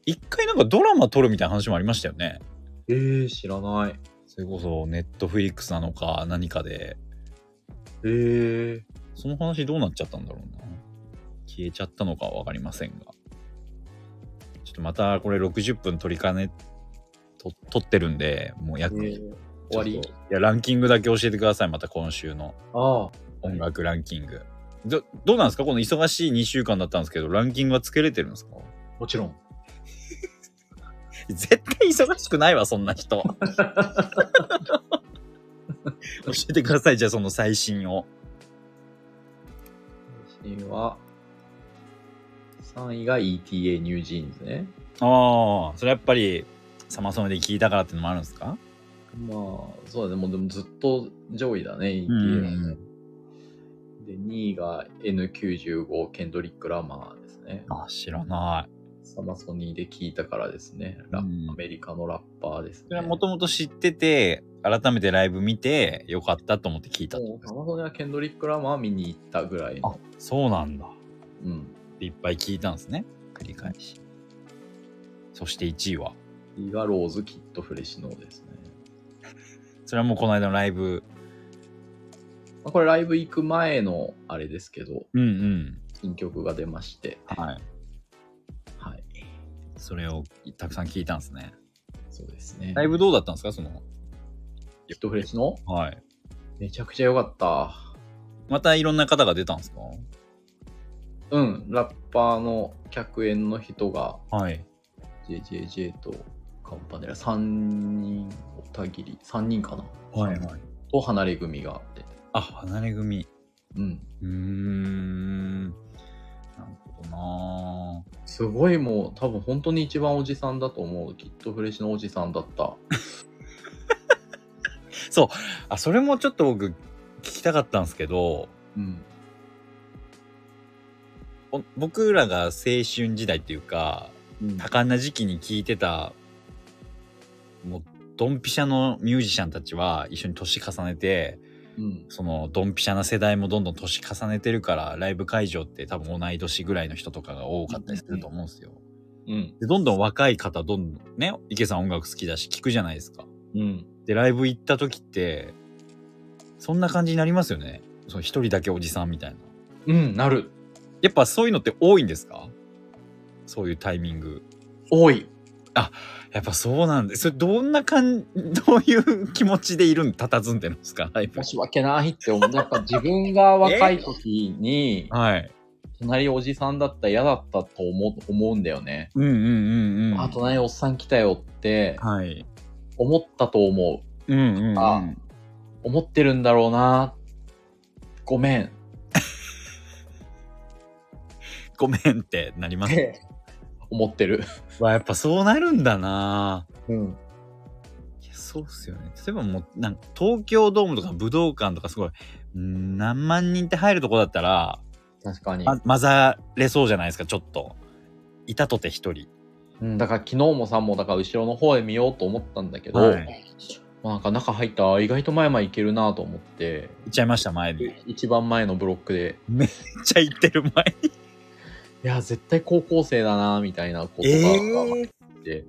Speaker 1: 一回なんかドラマ撮るみたいな話もありましたよね
Speaker 2: えー、知らない
Speaker 1: それこそネットフリックスなのか何かで
Speaker 2: えー、
Speaker 1: その話どうなっちゃったんだろうな消えちゃったのかは分かりませんがちょっとまたこれ60分取りかねと撮ってるんでもう
Speaker 2: え
Speaker 1: 約、
Speaker 2: ー終わり
Speaker 1: ちょっといやランキングだけ教えてくださいまた今週の
Speaker 2: ああ
Speaker 1: 音楽ランキング、どどうなんですかこの忙しい2週間だったんですけどランキングはつけれてるんですか
Speaker 2: もちろん
Speaker 1: 絶対忙しくないわそんな 人教えてくださいじゃあその最新を
Speaker 2: 配信は3位が ETA ニュージーンズね
Speaker 1: ああそれやっぱりサマソネで聞いたからってのもあるんですか
Speaker 2: まあそうだねもうでもずっと上位だね ETA、
Speaker 1: うん
Speaker 2: で2位が N95 ケンドリック・ラマーですね
Speaker 1: あ知らない
Speaker 2: サマソニーで聞いたからですねラ、
Speaker 1: うん
Speaker 2: アメリカのラッパーです
Speaker 1: それ
Speaker 2: ね
Speaker 1: はもともと知ってて改めてライブ見てよかったと思って聞いたって
Speaker 2: も
Speaker 1: こ
Speaker 2: う
Speaker 1: と
Speaker 2: サマソニーはケンドリック・ラマー見に行ったぐらい
Speaker 1: あ
Speaker 2: の、
Speaker 1: そうなんだ
Speaker 2: うん、
Speaker 1: いっぱい聞いたんですね繰り返しそして1位は
Speaker 2: 次がローズ・キッド・フレシノーですね、
Speaker 1: それはもうこの間のライブ
Speaker 2: まあこれライブ行く前のあれですけど
Speaker 1: うんうん
Speaker 2: 新曲が出まして
Speaker 1: はい
Speaker 2: はい
Speaker 1: それをたくさん聞いたんですね
Speaker 2: そうですね
Speaker 1: ライブどうだったんですかその
Speaker 2: キッド・フレシノー
Speaker 1: はい
Speaker 2: めちゃくちゃ良かった
Speaker 1: またいろんな方が出たんですか
Speaker 2: うんラッパーの客演の人が
Speaker 1: はい
Speaker 2: JJJ とカンパネラ3人おたぎり3人かな
Speaker 1: はい
Speaker 2: と離れ組があって
Speaker 1: あ離れ組
Speaker 2: うん
Speaker 1: うーんなるほどな
Speaker 2: すごいもう多分本当に一番おじさんだと思うきっとフレッシュのおじさんだった
Speaker 1: あそれもちょっと僕聞きたかったんですけど
Speaker 2: うん
Speaker 1: お僕らが青春時代っていうか
Speaker 2: うん
Speaker 1: 多感な時期に聴いてたもうドンピシャのミュージシャンたちは一緒に年重ねて
Speaker 2: うん
Speaker 1: そのドンピシャな世代もどんどん年重ねてるからライブ会場って多分同い年ぐらいの人とかが多かったりすると思うんですよ。
Speaker 2: うん
Speaker 1: でどんどん若い方どんどんね池さん音楽好きだし聞くじゃないですか。
Speaker 2: うん
Speaker 1: でライブ行った時ってそんな感じになりますよね。その一人だけおじさんみたいな。
Speaker 2: うんなる
Speaker 1: やっぱそういうのって多いんですかそういうタイミング。
Speaker 2: 多い
Speaker 1: やっぱそうなんで、それどんな感 どういう気持ちでいるん、佇んでるんですか、ライブ
Speaker 2: 申。し訳ないって思うやっぱ自分が若い時に
Speaker 1: はい。
Speaker 2: 隣おじさんだったら嫌だったと思う思うんだよね
Speaker 1: うんうんうんうん。
Speaker 2: あ隣おっさん来たよって
Speaker 1: はい。
Speaker 2: 思ったと思う
Speaker 1: うんうん、うん。
Speaker 2: あ思ってるんだろうなごめ んっ
Speaker 1: ごめんってなります。
Speaker 2: て思ってる、
Speaker 1: わ、やっぱそうなるんだな
Speaker 2: うん、
Speaker 1: いやそうっすよね。例えばもう、なんか東京ドームとか武道館とかすごい、うん何万人って入るとこだったら、
Speaker 2: 確かに、
Speaker 1: ま、混ざれそうじゃないですか、ちょっと。いたとて一人。
Speaker 2: うん、だから昨日もさもうだから後ろの方へ見ようと思ったんだけど、
Speaker 1: はい
Speaker 2: まあなんか中入ったら意外と前まで行けるなと思って
Speaker 1: 行っちゃいました、前に。めっ
Speaker 2: 一番前のブロックで
Speaker 1: ちゃ行ってる前に。
Speaker 2: いや絶対高校生だなみたいな ことがあって、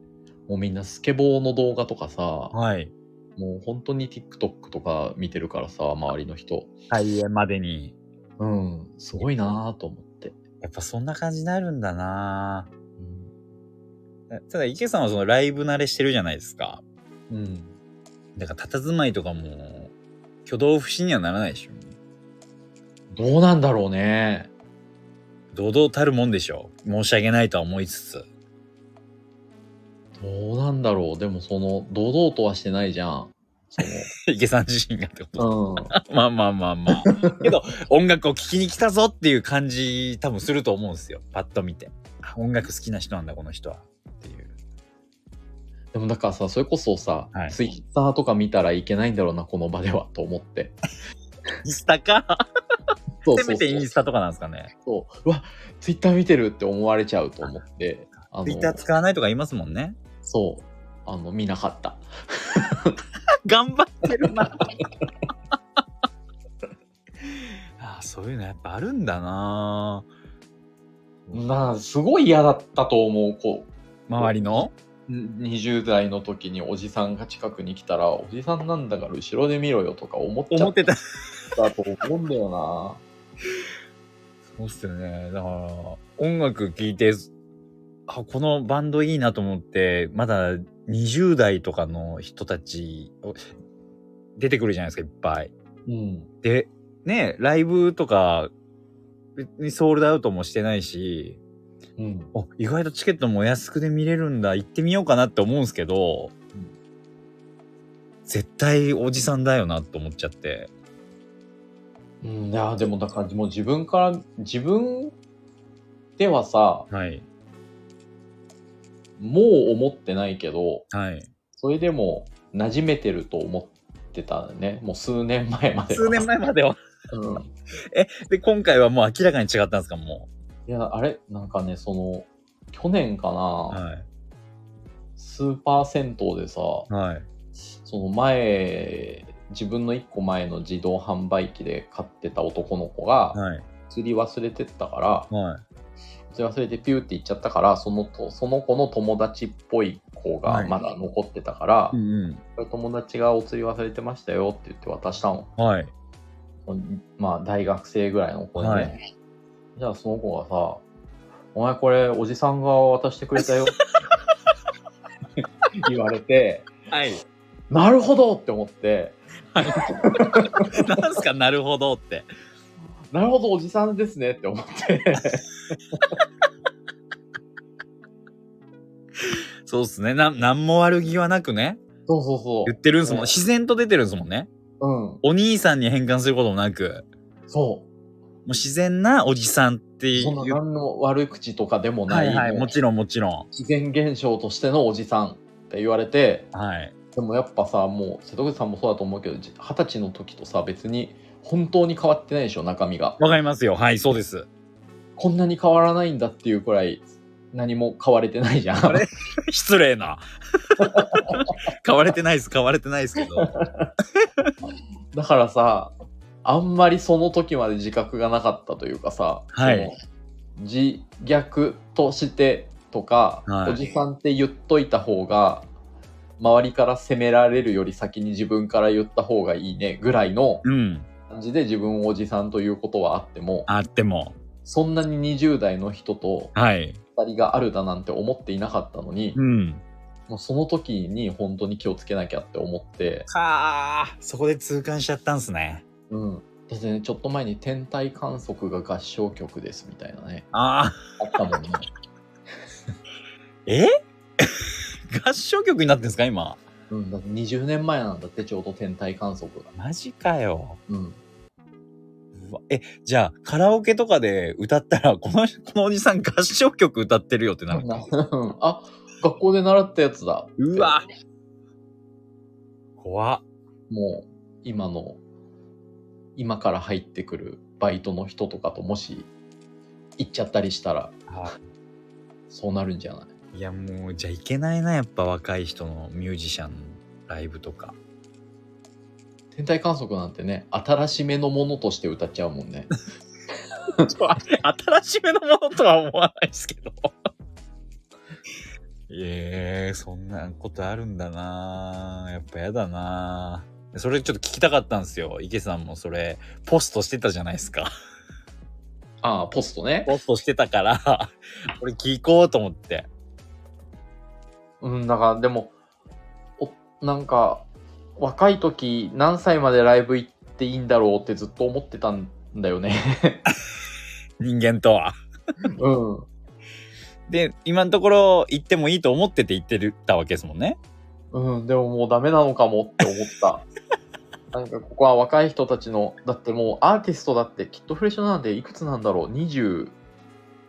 Speaker 2: もうみんなスケボーの動画とかさ
Speaker 1: はい。
Speaker 2: もう本当に TikTok とか見てるからさ周りの人
Speaker 1: 開演までに。
Speaker 2: うんすごいなと思って、
Speaker 1: やっぱそんな感じになるんだな
Speaker 2: うん
Speaker 1: ただ池さんはそのライブ慣れしてるじゃないですか。
Speaker 2: うん、
Speaker 1: だから佇まいとかも挙動不審にはならないでしょ。
Speaker 2: どうなんだろうね
Speaker 1: 堂々たるもんでしょ。申し訳ないとは思いつつ。
Speaker 2: どうなんだろうでもその堂々とはしてないじゃんそ
Speaker 1: 池さん自身がってこと。
Speaker 2: のうん
Speaker 1: まあまあまあまあ。 けど音楽を聴きに来たぞっていう感じ多分すると思うんですよ。パッと見て。あ音楽好きな人なんだこの人は。っていう。
Speaker 2: でもだからさそれこそさ、
Speaker 1: はい
Speaker 2: ツイッターとか見たらいけないんだろうなこの場ではと 思って
Speaker 1: インスタか
Speaker 2: そう
Speaker 1: せ
Speaker 2: そう
Speaker 1: め
Speaker 2: そ
Speaker 1: て
Speaker 2: う
Speaker 1: インスタとかなんですかね。
Speaker 2: そううわツイッター見てるって思われちゃうと思ってあ
Speaker 1: ツイッター使わないとか言いますもんね。
Speaker 2: そうあの見なかった
Speaker 1: 頑張ってるな あーそういうのやっぱあるんだな
Speaker 2: なあすごい嫌だったと思うこう
Speaker 1: 周りの
Speaker 2: 20代の時におじさんが近くに来たらおじさんなんだから後ろで見ろよとか思っちゃ
Speaker 1: 思
Speaker 2: っ
Speaker 1: ってた
Speaker 2: たと思うんだよな
Speaker 1: そうっすよね。だから、音楽聴いて、あ、このバンドいいなと思って、まだ20代とかの人たち、お出てくるじゃないですか、いっぱい。
Speaker 2: うん
Speaker 1: で、ね、ライブとか、別にソールドアウトもしてないし、
Speaker 2: うん
Speaker 1: あ意外とチケットもお安くで見れるんだ、行ってみようかなって思うんすけど、
Speaker 2: うん
Speaker 1: 絶対おじさんだよなと思っちゃって。
Speaker 2: うんいやでもだからもう自分から自分ではさ
Speaker 1: はい。
Speaker 2: もう思ってないけど
Speaker 1: はい。
Speaker 2: それでも馴染めてると思ってたねもう数年前までは
Speaker 1: 数年前までは。
Speaker 2: うん、
Speaker 1: で、今回はもう明らかに違ったんですか、も
Speaker 2: いやあれなんかねその去年かな、
Speaker 1: う。はい。
Speaker 2: スーパー銭湯でさ
Speaker 1: はい。
Speaker 2: その前自分の1個前の自動販売機で買ってた男の子が
Speaker 1: はい。
Speaker 2: 釣り忘れてったから
Speaker 1: は
Speaker 2: 釣り忘れてピューって行っちゃったからそのとその子の友達っぽい子
Speaker 1: は
Speaker 2: が
Speaker 1: い
Speaker 2: まだ残ってたから
Speaker 1: い。、ん
Speaker 2: これ友達がお釣り忘れてましたよって言って渡したの
Speaker 1: うん。はい。
Speaker 2: まあ大学生ぐらいの子にね、
Speaker 1: は
Speaker 2: じゃあその子がさ「お前これおじさんが渡してくれた よ」言われて
Speaker 1: はい。
Speaker 2: 「なるほど!」って思って
Speaker 1: なんすか、なるほどって。
Speaker 2: 「なるほどおじさんですね」って思って
Speaker 1: そうっすね。なん、なんも悪気はなくね。
Speaker 2: そうそうそ
Speaker 1: 言ってるんすもん。自然と出てるんすもんね。
Speaker 2: ううん
Speaker 1: お兄さんに変換することもなく、
Speaker 2: そ
Speaker 1: もう自然なおじさんって
Speaker 2: う
Speaker 1: い
Speaker 2: そんな
Speaker 1: う。
Speaker 2: 何の悪口とかでもな、
Speaker 1: はいいはい。もちろんもちろ
Speaker 2: 自然現象としてのおじさんって言われて
Speaker 1: ん。はい。
Speaker 2: でもやっぱさもう瀬戸口さんもそうだと思うけどじ二十歳の時とさ別に本当に変わってないでしょ中身が
Speaker 1: わかりますよ。はい、そうです。
Speaker 2: こんなに変わらないんだっていうくらい何も変われてないじゃん
Speaker 1: あれ失礼な。 買われてないです。買われてないですけど。
Speaker 2: だからさあんまりその時まで自覚がなかったというかさ、
Speaker 1: はい
Speaker 2: その自虐としてとか、
Speaker 1: はい
Speaker 2: おじさんって言っといた方が周りから責められるより先に自分から言った方がいいねぐらいの
Speaker 1: うん。
Speaker 2: 感じで自分をおじさんということはあっても
Speaker 1: あっても。
Speaker 2: そんなに20代の人と
Speaker 1: はい。
Speaker 2: 当たりがあるだなんて思っていなかったのに、
Speaker 1: うん。
Speaker 2: もうその時に本当に気をつけなきゃって思って、
Speaker 1: はあ、そこで痛感しちゃったんすね。
Speaker 2: うん、だってねちょっと前に「天体観測が合唱曲です」みたいなね
Speaker 1: ああ。
Speaker 2: あったもんね
Speaker 1: え 合唱曲になってんすか今
Speaker 2: うんだって20年前なんだってちょうど天体観測が、
Speaker 1: マジかよ
Speaker 2: うん、
Speaker 1: うわえじゃあカラオケとかで歌ったらこのこのおじさん合唱曲歌ってるよってなる
Speaker 2: うん あ学校で習ったやつだ
Speaker 1: うわ怖っ
Speaker 2: もう今の今から入ってくるバイトの人とかともし行っちゃったりしたらそうなるんじゃない
Speaker 1: いやもうじゃあいけないなやっぱ若い人のミュージシャンのライブとか
Speaker 2: 天体観測なんてね新しめのものとして歌っちゃうもん ね
Speaker 1: 新しめのものとは思わないですけどええそんなことあるんだなやっぱやだなそれちょっと聞きたかったんですよ池さんもそれポストしてたじゃないですか
Speaker 2: ああポストね
Speaker 1: ポストしてたからこれ聞こうと思って
Speaker 2: うん、だからでも、おなんか、若い時何歳までライブ行っていいんだろうってずっと思ってたんだよ ね。
Speaker 1: 人間とは
Speaker 2: うん。
Speaker 1: で今のところ行ってもいいと思ってて行ってるたわけですもんね
Speaker 2: うん、でももうダメなのかもって思 った。なんかここは若い人たちの、だってもうアーティストだってきっとフレッシュなんでいくつなんだろう ?20、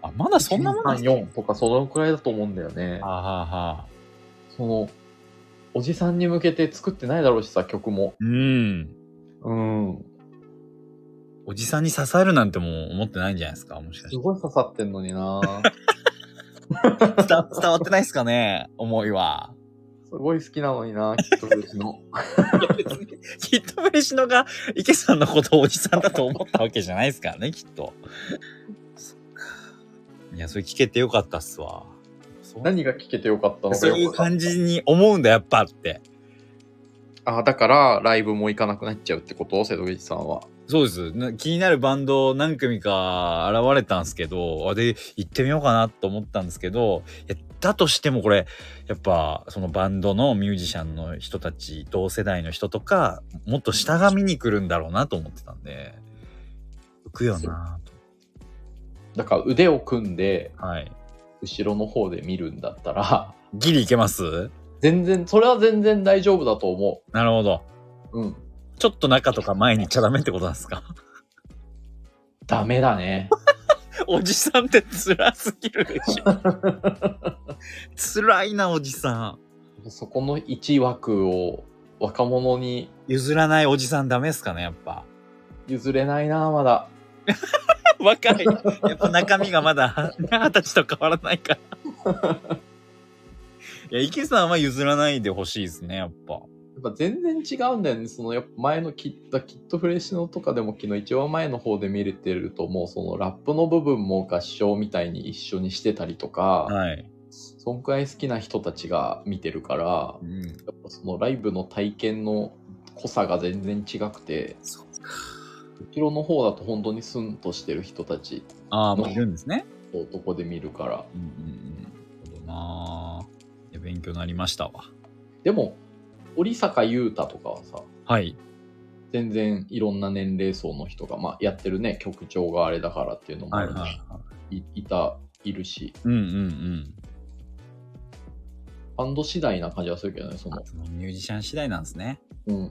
Speaker 1: あまだそんなもんなんですね
Speaker 2: ?4 とかそのくらいだと思うんだよね
Speaker 1: は。あはあはあ
Speaker 2: その、おじさんに向けて作ってないだろうしさ、曲も。
Speaker 1: うん
Speaker 2: うん。
Speaker 1: おじさんに刺さるなんてもう思ってないんじゃないですかもしかして
Speaker 2: すごい刺さってん のにな
Speaker 1: 伝伝わってないですかね思いは。
Speaker 2: すごい好きなのにな、きっと別の。
Speaker 1: 別にきっと嬉野が池さんのことをおじさんだと思ったわけじゃないですからねきっといやそれ聞けてよかったっすわそう
Speaker 2: 何が聞けてよかったのか
Speaker 1: そうい
Speaker 2: よ
Speaker 1: う
Speaker 2: くわか
Speaker 1: 感
Speaker 2: ん
Speaker 1: じに思うんだやっぱって
Speaker 2: あ、だからライブも行かなくなっちゃうってこと瀬戸口さんは。
Speaker 1: そうですな気になるバンド何組か現れたんですけどあで行ってみようかなと思ったんですけどいやだとしてもこれやっぱそのバンドのミュージシャンの人たち同世代の人とかもっと下が見に来るんだろうなと思ってたんで浮くよなと
Speaker 2: だから腕を組んで、
Speaker 1: はい
Speaker 2: 後ろの方で見るんだったら、
Speaker 1: ギリいけます
Speaker 2: 全然、それは全然大丈夫だと思
Speaker 1: なるほど
Speaker 2: う。うん。
Speaker 1: ちょっと中とか前に行っちゃダメってことなんですか
Speaker 2: ダメだね。
Speaker 1: おじさんって辛すぎるでし ょ辛いなおじさん
Speaker 2: そこの一枠を若者に
Speaker 1: 譲らないおじさんダメですかねやっぱ
Speaker 2: 譲れないな、まだ。
Speaker 1: 若い。 やっぱ中身がまだ二十歳と変わらないから。 いや、池さんは譲らないでほしいですね、やっぱ。
Speaker 2: やっぱ全然違うんだよね。そのやっぱ前のきっときっとフレッシュのとかでも昨日一話前の方で見れてるともうそのラップの部分も合唱みたいに一緒にしてたりとか、
Speaker 1: はい。
Speaker 2: そんくらい好きな人たちが見てるから、
Speaker 1: うん。
Speaker 2: やっぱそのライブの体験の濃さが全然違くて、
Speaker 1: そ
Speaker 2: 後ろの方だと本当にスンとしてる人たち
Speaker 1: ああ、もういるんですね。
Speaker 2: をどこで見るから。
Speaker 1: うんうんうん。なるほどなーいや、勉強になりましたわ。
Speaker 2: でも、織坂優太とかはさ、
Speaker 1: はい。
Speaker 2: 全然いろんな年齢層の人が、まあ、やってるね曲調があれだからっていうのもあるし、、
Speaker 1: はいはい
Speaker 2: たいるし
Speaker 1: うんうんうん。
Speaker 2: バンド次第な感じはするけどねその、
Speaker 1: そのミュージシャン次第なんですね。
Speaker 2: うん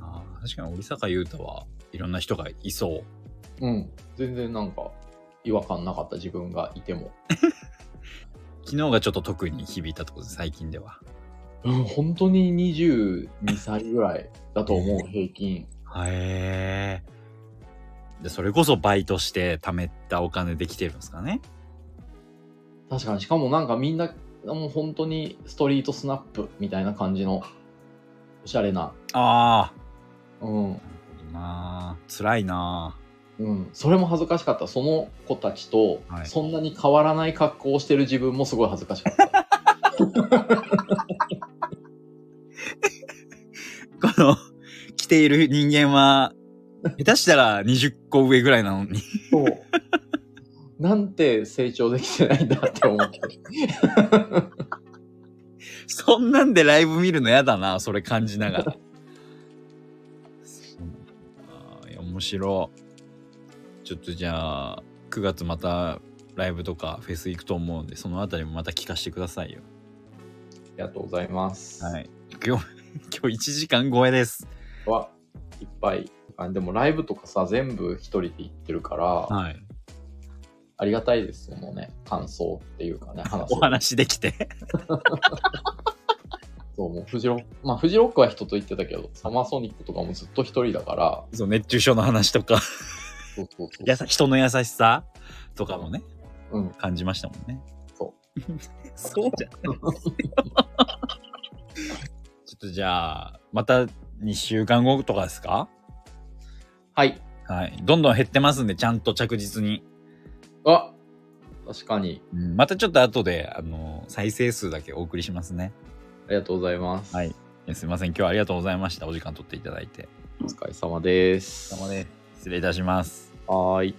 Speaker 1: ああ、確かに、織坂優太はいろんな人がいそう。
Speaker 2: うん、全然なんか違和感なかった自分がいても、
Speaker 1: 昨日がちょっと特に響いたところです、最近では。
Speaker 2: うん、本当に22歳ぐらいだと思う平均
Speaker 1: へえ。で、それこそバイトして貯めたお金できてるんですかね。
Speaker 2: 確かにしかもなんかみんなもう本当にストリートスナップみたいな感じのおしゃれな
Speaker 1: あ
Speaker 2: うん
Speaker 1: あ。なるほどな。辛いな。
Speaker 2: うん、それも恥ずかしかったその子たちと
Speaker 1: はい
Speaker 2: そんなに変わらない格好をしてる自分もすごい恥ずか しかった、
Speaker 1: この、 来ている人間は、下手したら20個上ぐらいなのに。
Speaker 2: そうなんて成長できてないんだって思って
Speaker 1: そんなんでライブ見るのやだな、それ感じながら。あーいや面白い。ちょっとじゃあ、9月またライブとかフェス行くと思うんで、そのあたりもまた聞かせてくださいよ。
Speaker 2: ありがとうございます、
Speaker 1: はい。今日、 今日1時間超えです。
Speaker 2: はいっぱいあでもライブとかさ全部一人で行ってるから、
Speaker 1: はい。
Speaker 2: ありがたいですよもうね感想っていう かね話
Speaker 1: お話できて。
Speaker 2: そうもうフジロックまあフジロックは人と行ってたけどサマーソニックとかもずっと一人だから
Speaker 1: そう、熱中症の話とか、
Speaker 2: そうそうそう
Speaker 1: やさ人の優しさとかもね、
Speaker 2: うん
Speaker 1: 感じましたもんね。。
Speaker 2: そう
Speaker 1: そうじゃない ですよちょっとじゃあ、また2週間後とかですか
Speaker 2: はい
Speaker 1: はい。どんどん減ってますんで、ちゃんと着実に。
Speaker 2: あ確かに
Speaker 1: うん、またちょっと後で、あの再生数だけお送りしますね。
Speaker 2: ありがとうございます、
Speaker 1: はいいやすいません。今日はありがとうございました。お時間取っていただいて。
Speaker 2: お疲れ様です。
Speaker 1: 失礼いたします。
Speaker 2: はーい。